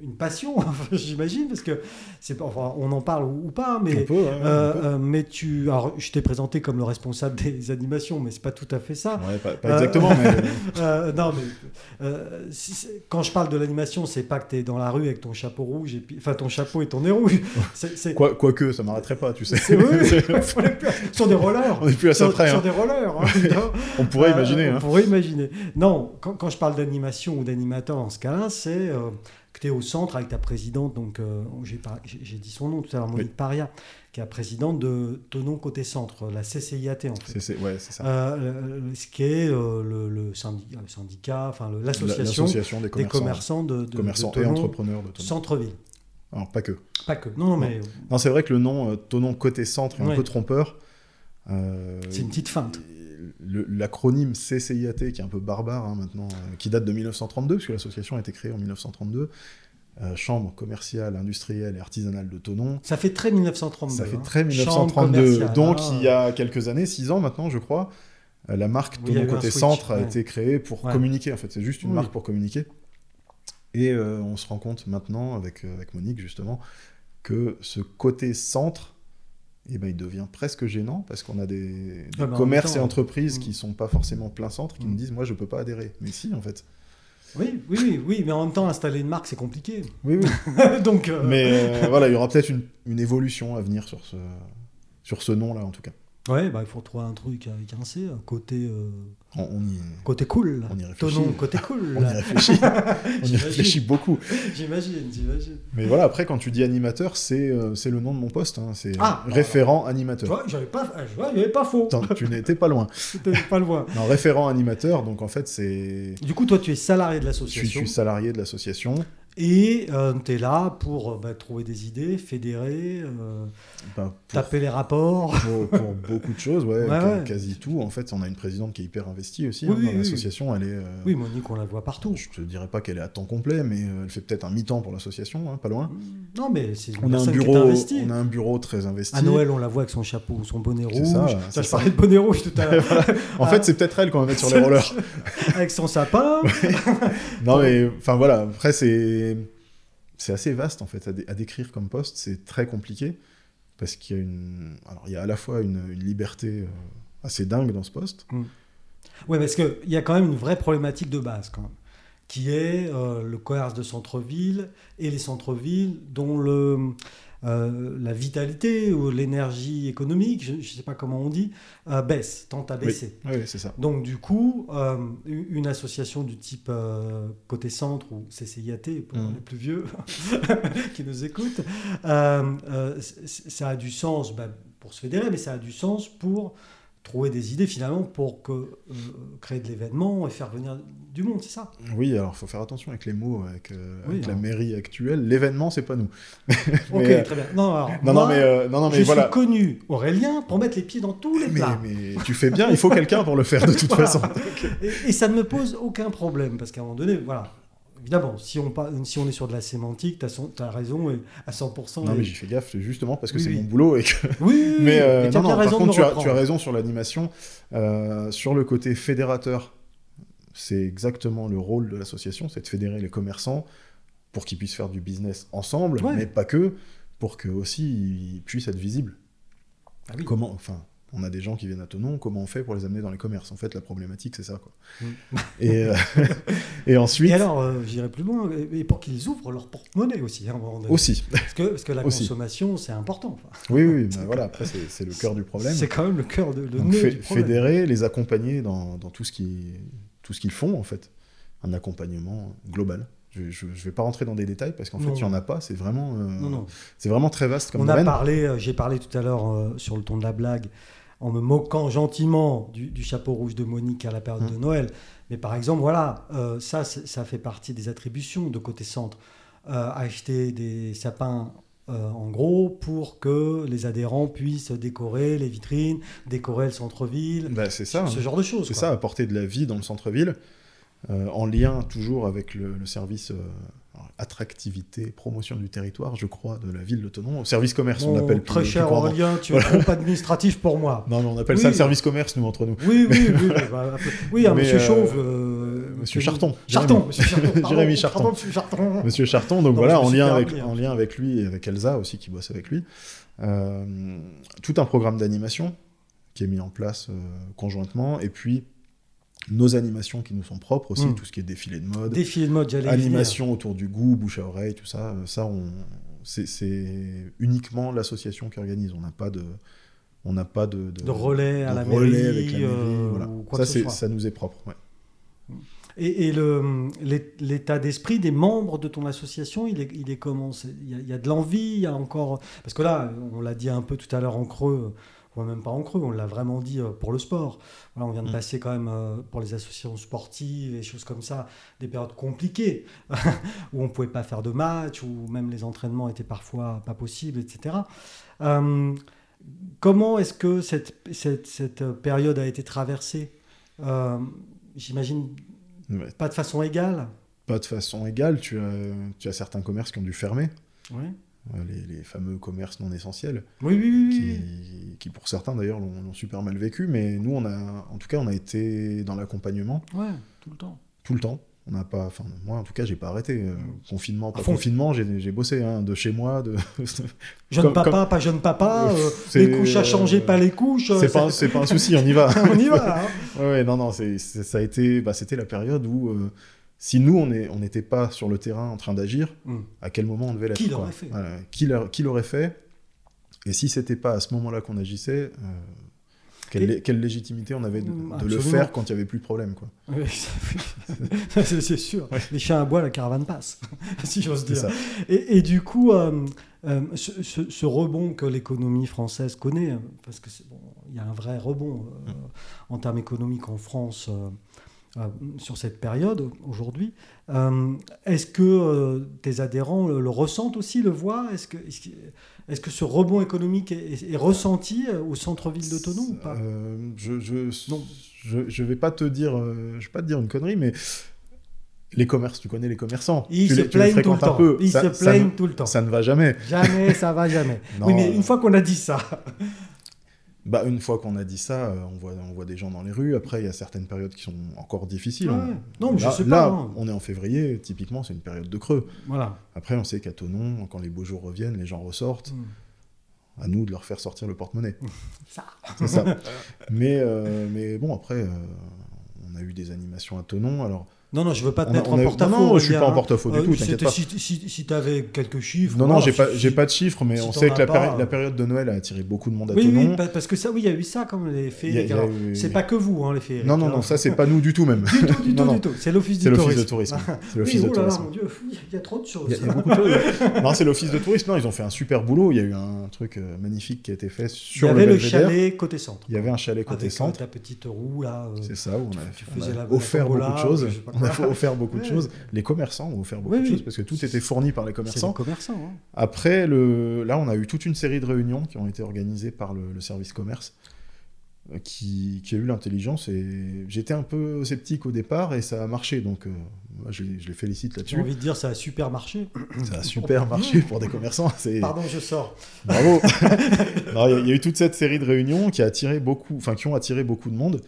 une passion, (laughs) j'imagine, parce que c'est enfin, on en parle ou, ou pas, mais Un peu, ouais, ouais, euh, un peu. euh, mais tu, alors, je t'ai présenté comme le responsable des animations, mais c'est pas tout à fait ça. Ouais, pas, pas euh, (laughs) exactement, mais Euh, non, mais euh, si c'est- quand je parle de l'animation, c'est pas que t'es dans la rue avec ton chapeau rouge et puis, enfin ton chapeau et ton nez rouge. C'est, c'est, quoi, quoique, ça m'arrêterait pas, tu sais. c'est- oui, oui, on est plus- (laughs) sur des rollers. (laughs) On est plus à ça Sur, près. sur hein. des rollers. hein, non. (laughs) On pourrait Euh, imaginer. On hein. pourrait imaginer. Non, quand, quand je parle d'animation ou d'animateur en ce cas-là, c'est euh, que tu es au centre avec ta présidente, donc euh, j'ai pas- j'ai j'ai dit son nom tout à l'heure, Monique Paria, qui est la présidente de Tonon Côté Centre, la CCIAT en fait. C'est- c'est- ouais, c'est ça. Euh, le- le- ce qui est euh, le, le syndicat, le syndicat, enfin le- La- l'association des des commerçants, commerçants de, de, commerçants de et Thonon entrepreneurs de Tonon. centre-ville. Alors, pas que. Pas que. Non, non, mais euh, Non, c'est vrai que le nom euh, Tonon côté centre est un Ouais. peu trompeur. Euh, c'est une petite feinte. le- L'acronyme CCIAT, qui est un peu barbare hein, maintenant, euh, qui date de 1932, puisque l'association a été créée en 1932, euh, Chambre commerciale, industrielle et artisanale de Tonon, Ça fait très 1932. ça fait hein. très Chambre 1932. commerciale, Donc, hein. il y a quelques années, 6 ans maintenant, je crois, euh, la marque Oui, il y a Tonon eu un Côté switch, Centre a ouais. été créée pour Ouais. communiquer. En fait, c'est juste une Oui. marque pour communiquer. Et euh, on se rend compte maintenant, avec, euh, avec Monique justement, que ce côté centre, eh ben, il devient presque gênant parce qu'on a des, des Ah, bah, en commerces même et temps, ouais. entreprises Mm. qui sont pas forcément plein centre, qui Mm. me disent Moi, je peux pas adhérer. Mais si, en fait. Oui, oui, oui, oui, mais en même temps, installer une marque, c'est compliqué. (laughs) Oui, oui. Donc, euh, (laughs) Mais euh, voilà, il y aura peut-être une, une évolution à venir sur ce, sur ce nom-là, en tout cas. ouais, bah, il faut trouver un truc avec un C, un côté, euh, On- on y côté cool. On y réfléchit. Tonon, côté cool. (laughs) On (laughs) y réfléchit. On y J'imagine. réfléchit beaucoup. J'imagine, j'imagine. Mais voilà, après, quand tu dis animateur, c'est euh, c'est le nom de mon poste. hein. C'est Ah, euh, référent animateur. Tu vois, j'avais pas, je vois, il y avait pas faux. (laughs) Attends, tu n'étais pas loin. C'était pas loin. Non, référent animateur, donc en fait, c'est. Du coup, toi, tu es salarié de Je suis, je l'association suis salarié de l'association. et tu es là pour euh, bah, trouver des idées, fédérer, euh, Enfin, pour, taper les rapports. pour- pour beaucoup de choses, ouais, Ouais, ca- ouais. quasi tout. En fait, on a une présidente qui est hyper investie aussi Oui, hein, oui, dans oui. l'association. Elle est. euh, Oui, Monique, on la voit partout. Je te dirais pas qu'elle est à temps complet, mais euh, elle fait peut-être un mi-temps pour l'association, hein, pas loin. Non, mais c'est une On a, un personne bureau, qui est investie. on a un bureau très investi. À (laughs) Noël, on la voit avec son chapeau, son bonnet C'est rouge. ça, Ça, c'est je ça. parlais de bonnet rouge tout à l'heure. En Ah. fait, c'est peut-être elle qu'on va mettre (laughs) sur les (laughs) C'est- rollers. avec son (laughs) sapin. Non, mais enfin voilà, après, c'est c'est assez vaste en fait à, dé- à décrire comme poste, c'est très compliqué parce qu'il y a une. Alors, il y a à la fois une, une liberté euh, assez dingue dans ce poste. Oui, parce qu'il y a quand même une vraie problématique de base, quand même, qui est euh, le commerce de centre-ville et les centres-villes dont le, euh, la vitalité ou l'énergie économique, je ne sais pas comment on dit, euh, baisse, tend à baisser. Oui, c'est ça. Donc du coup, euh, une association du type euh, Côté Centre ou CCIAT, pour Mhm. les plus vieux (laughs) qui nous écoutent, euh, euh, c- c- ça a du sens bah, pour se fédérer, mais ça a du sens pour trouver des idées finalement pour que, euh, créer de l'événement et faire venir du monde, c'est (laughs) ça Oui, alors, faut faire attention avec les mots, avec, euh, Oui, avec la hein. mairie actuelle. L'événement, c'est pas nous. Ok, Mais, euh, très bien. Non, alors, Non, moi, non, mais, euh, non, non, mais je voilà. suis connu, Aurélien, pour mettre les pieds dans tous les Mais, plats. mais tu fais bien, il faut quelqu'un pour le faire de toute Voilà. façon. Et, et ça ne me pose aucun problème, parce qu'à un moment donné, voilà. Évidemment, si on, par- si on est sur de la sémantique, tu as, raison et à 100%. Non, et- mais j'y fais gaffe, c'est justement parce que Oui, c'est oui. mon boulot et que Oui, oui, oui, Mais euh, t'as bien non, non, par raison de contre, me tu as, tu reprendre. as raison sur l'animation. Euh, sur le côté fédérateur, c'est exactement le rôle de l'association, c'est de fédérer les commerçants pour qu'ils puissent faire du business ensemble, Ouais. mais pas que, pour que aussi ils puissent être visibles. Ah oui. Comment, enfin, on a des gens qui viennent à Tonon, comment on fait pour les amener dans les commerces En fait, la problématique, c'est ça. Quoi. Mm. Et, euh, (laughs) et ensuite, Et alors, euh, j'irai plus loin, et et pour qu'ils ouvrent leur porte-monnaie aussi, hein, à un moment donné. aussi. (laughs) Parce, que, parce que la Aussi. consommation, c'est important. enfin. Oui, oui, bah voilà, après, c'est c'est le cœur du problème. C'est quand même le cœur de le Donc, nœud fé- du problème. fédérer, les accompagner dans, dans tout ce qui- tout ce qu'ils font, en fait. Un accompagnement global. Je ne vais pas rentrer dans des détails parce qu'en fait, Non. il n'y en a pas. C'est vraiment, euh, Non, non. c'est vraiment très vaste comme On a domaine. parlé, euh, j'ai parlé tout à l'heure euh, sur le ton de la blague, en me moquant gentiment du, du chapeau rouge de Monique à la période Mm. de Noël. Mais par exemple, voilà, euh, ça, c'est- ça fait partie des attributions de côté centre. Euh, acheter des sapins euh, en gros pour que les adhérents puissent décorer les vitrines, décorer le centre-ville, Bah, c'est ça. ce genre de choses. C'est quoi. ça, apporter de la vie dans le centre-ville, euh, en lien toujours avec le, le service euh, alors, attractivité, promotion du territoire, je crois, de la ville de Tonon. Au service commerce, on Mon l'appelle plus- très plus cher couramment. Aurélien, tu es trop administratif pour moi. Non, mais on appelle Oui. ça le service commerce, nous, entre nous. Oui, oui, oui. bah, bah, oui, un (laughs) Mais, monsieur euh, chauve. euh, Monsieur Charton. Charton, Monsieur Charton. pardon, (laughs) Jérémy Charton. pardon, Monsieur Charton. Monsieur Charton, donc Non, je voilà, me en suis lien, permis, avec, hein. en lien avec lui et avec Elsa aussi qui bosse avec lui. Euh, tout un programme d'animation qui est mis en place euh, conjointement, et puis nos animations qui nous sont propres aussi, Mm. tout ce qui est défilé de mode, Défilé de mode, j'allais y venir. animation autour du goût, bouche à oreille, tout ça. euh, Ça, on, c'est, c'est uniquement l'association qui organise. On n'a pas de, on n'a pas de, De relais à euh, de la relais mairie, avec la mairie, euh, voilà. ou quoi ça, que ce c'est- soit. ça nous est propre. ouais. Et, et le- l'é- l'état d'esprit des membres de ton association, il est, il est comment C'est- Il y, a- il y a de l'envie, il y a encore... Parce que là, on l'a dit un peu tout à l'heure en creux, ou même pas en creux, on l'a vraiment dit euh, pour le sport. Voilà, on vient de Mm. passer quand même, euh, pour les associations sportives et choses comme ça, des périodes compliquées, (laughs) où on pouvait pas faire de match, où même les entraînements étaient parfois pas possibles, etc. Euh, comment est-ce que cette, cette, cette période a été traversée Euh, J'imagine Ouais. pas de façon égale. Pas de façon égale. Tu as, tu as certains commerces qui ont dû fermer, Oui, euh, les, les fameux commerces non essentiels, oui, oui. oui, oui. qui, qui pour certains d'ailleurs l'ont, l'ont super mal vécu. Mais nous, on a, en tout cas, on a été dans l'accompagnement Ouais, tout le temps. tout le temps. On n'a pas, enfin moi en tout cas, j'ai pas arrêté. Euh, Confinement, pas À fond. confinement, j'ai, j'ai bossé hein, de chez moi, de, (laughs) Jeune Comme- papa, pas jeune papa, Euh, euh, c'est- les couches à changer, pas les couches. euh, C'est pas, un- ça- c'est pas un souci, on y va. (laughs) on y va. hein. ouais, ouais, non, non, c'est- c'est- ça a été, bah, c'était la période où, euh, si nous, on est- on n'était pas sur le terrain en train d'agir, Mm. à quel moment on devait l'être Qui quoi. l'aurait fait Voilà, Qui l'a- qui l'aurait fait Et si c'était pas à ce moment-là qu'on agissait, euh, quelle, Et- lé- quelle légitimité on avait de, Mm, de le absolument. faire quand il y avait plus de problème, quoi. Oui, (laughs) ça- c'est c'est sûr. Les chiens à bois, la caravane passe, (laughs) si j'ose C'est dire. ça. Et, et du coup, euh, euh, ce, ce- ce rebond que l'économie française connaît, euh, parce que c'est- bon, il y a un vrai rebond euh, Mm. en termes économiques en France euh, euh, sur cette période aujourd'hui. euh, Est-ce que euh, tes adhérents le, le ressentent aussi, le voient Est-ce que, est-ce que, est-ce que ce rebond économique est, est- est ressenti euh, au centre-ville de Tonon ou pas Euh, je, je, je, je vais pas te dire, euh, je vais pas te dire une connerie, mais les commerces, tu connais les commerçants. Ils tu se les, tu les plaignent tout le fréquentes un temps. peu. Ils Ça- se ça ne- plaignent tout le temps. ça ne va jamais. Jamais, ça va jamais. (laughs) Non, oui, mais euh, une fois qu'on a dit ça. Bah, une fois qu'on a dit ça, euh, on voit, on voit des gens dans les rues. Après, il y a certaines périodes qui sont encore difficiles. Ouais. On- Non, mais je là, sais pas, là, hein. on est en février, typiquement, c'est une période de creux. Voilà. Après, on sait qu'à Tonon, quand les beaux jours reviennent, les gens ressortent. Mm. À nous de leur faire sortir le porte-monnaie. Ça. C'est ça. mais, euh, mais bon, après, euh, on a eu des animations à Tonon. Alors, Non, non, je veux pas te on a- mettre on en a- porte-à-faux. Non, non, je suis Olivia, pas en hein. porte-à-faux du Euh, tout, t'inquiète c'était- pas. Si, si, si tu avais quelques chiffres. Non, non, voilà, j'ai pas, si- j'ai pas de chiffres, mais si on t'en sait que as la, pas, péri- euh. la période de Noël a attiré beaucoup de monde à Oui, Tonon. oui, pa- parce que ça, oui, il y a eu ça comme les Il y a- il faits. y a eu- C'est pas que vous, hein, les faits. Non, non, non, ça, c'est pas nous du tout, même. Du tout, du (laughs) tout, Non, non. du tout. C'est l'office du C'est l'office tourisme. de tourisme. C'est Oui, l'office de oh là là, tourisme. mon Dieu, il y a- il y a trop de choses. Il y a- il y a beaucoup de choses. non, c'est l'office de tourisme. Non, ils ont fait un super boulot. Il y a eu un truc euh, magnifique qui a été fait Il y sur avait le Belvédère. chalet côté centre. Il y avait un chalet côté Avec, euh, centre. Ta petite roue, là. euh, C'est ça, où on a, tu on a faisais la- la offert tombola, beaucoup de choses. je sais pas On a quoi. (laughs) offert beaucoup de Ouais. choses. Les commerçants ont offert beaucoup Oui, de oui. choses parce que tout était fourni par les C'est les commerçants. commerçants. hein. Après, le... là, on a eu toute une série de réunions qui ont été organisées par le, le service commerce, euh, qui, qui a eu l'intelligence. Et j'étais un peu sceptique au départ et ça a marché. Donc, euh, moi, je, les- je les félicite J'ai là-dessus. envie de dire, ça a super marché. Ça (laughs) a super marché pour des commerçants. C'est Pardon, je sors. (laughs) bravo. Non, Il y, a- il y a eu toute cette série de réunions qui a attiré beaucoup, enfin qui ont attiré beaucoup de monde,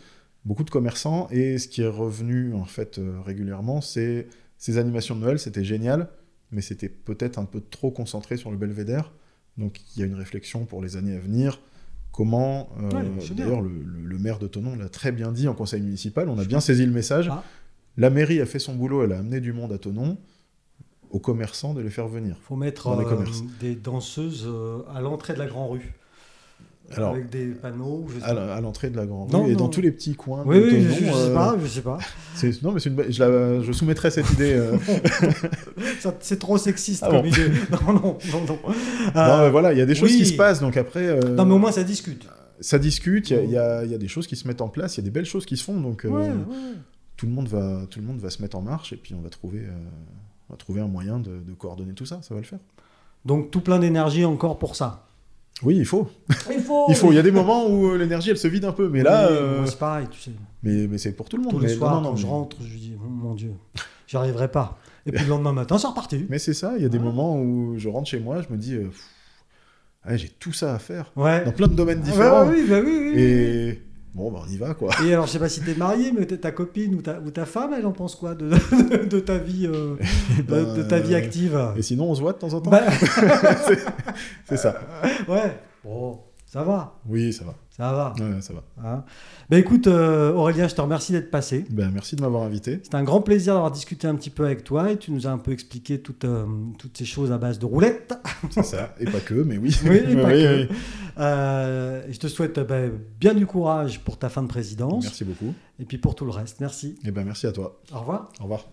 beaucoup de commerçants. Et ce qui est revenu en fait euh, régulièrement, c'est ces animations de Noël. C'était génial, mais c'était peut-être un peu trop concentré sur le Belvédère. Donc il y a une réflexion pour les années à venir. Comment euh, Ouais, c'est bien. D'ailleurs, le, le- le maire de Tonon l'a très bien dit en conseil municipal. On a bien saisi le message. Ah. La mairie a fait son boulot. Elle a amené du monde à Tonon. Aux commerçants de les faire venir. faut mettre Dans les euh, commerces. des danseuses euh, à l'entrée de la Grand Rue. Alors, avec des panneaux. Je sais pas. à la- à l'entrée de la grande Non, rue et non. dans tous les petits coins. Oui, de oui, je, Tonon, je sais euh, pas, je sais pas. c'est- Non, mais c'est une bonne- je, la- je soumettrai cette (laughs) idée. euh. Ça- C'est trop sexiste Ah comme bon. idée. (laughs) Non, non, non, non. Non, Euh, mais voilà, il y a des choses oui. qui se passent, donc après, euh, non, mais au moins ça discute. ça discute, il y a- il y, a il y a des choses qui se mettent en place, il y a des belles choses qui se font, donc euh, Ouais, ouais. tout, le monde va, tout le monde va se mettre en marche et puis on va trouver, euh, on va trouver un moyen de, de coordonner tout ça, ça va le faire. Donc tout plein d'énergie encore pour ça. Oui, il faut. Il faut. Il faut. Il y a des moments où euh, l'énergie, elle se vide un peu, mais là, Oui, euh, moi, c'est pareil, tu sais. mais, mais c'est pour tout le monde. Tous mais les non, soirs, non, non, quand je mais- rentre, je dis oh, mon Dieu, j'y arriverai pas. Et puis le lendemain matin, c'est reparti. Mais c'est ça, il y a des Ouais. moments où je rentre chez moi, je me dis, euh, pff, ouais, j'ai tout ça à faire. Ouais. dans plein de domaines Ah, bah différents. oui, bah oui, oui, oui. Et Bon, bah on y va, quoi. Et alors, je sais pas si t'es marié, mais t'es- ta copine ou ta, ou ta femme, elle en pense quoi de, de, (laughs) de ta vie, euh, de, de ta vie Euh, active Et sinon, on se voit de temps en temps Bah, euh, C'est ça. (laughs) Ouais, bon, ça va, Oui, ça va. ça va. Ouais, ça va. hein. Bah écoute, euh, Aurélien, je te remercie d'être passé. Ben, merci de m'avoir invité. C'était un grand plaisir d'avoir discuté un petit peu avec toi et tu nous as un peu expliqué toutes, euh, toutes ces choses à base de roulettes. (laughs) C'est ça. Et pas que, mais oui. Oui, et pas (laughs) Oui, que. oui. Euh, et je te souhaite euh, bah, bien du courage pour ta fin de présidence Merci beaucoup. et puis pour tout le reste. Merci. Et ben, merci à toi. Au revoir. Au revoir.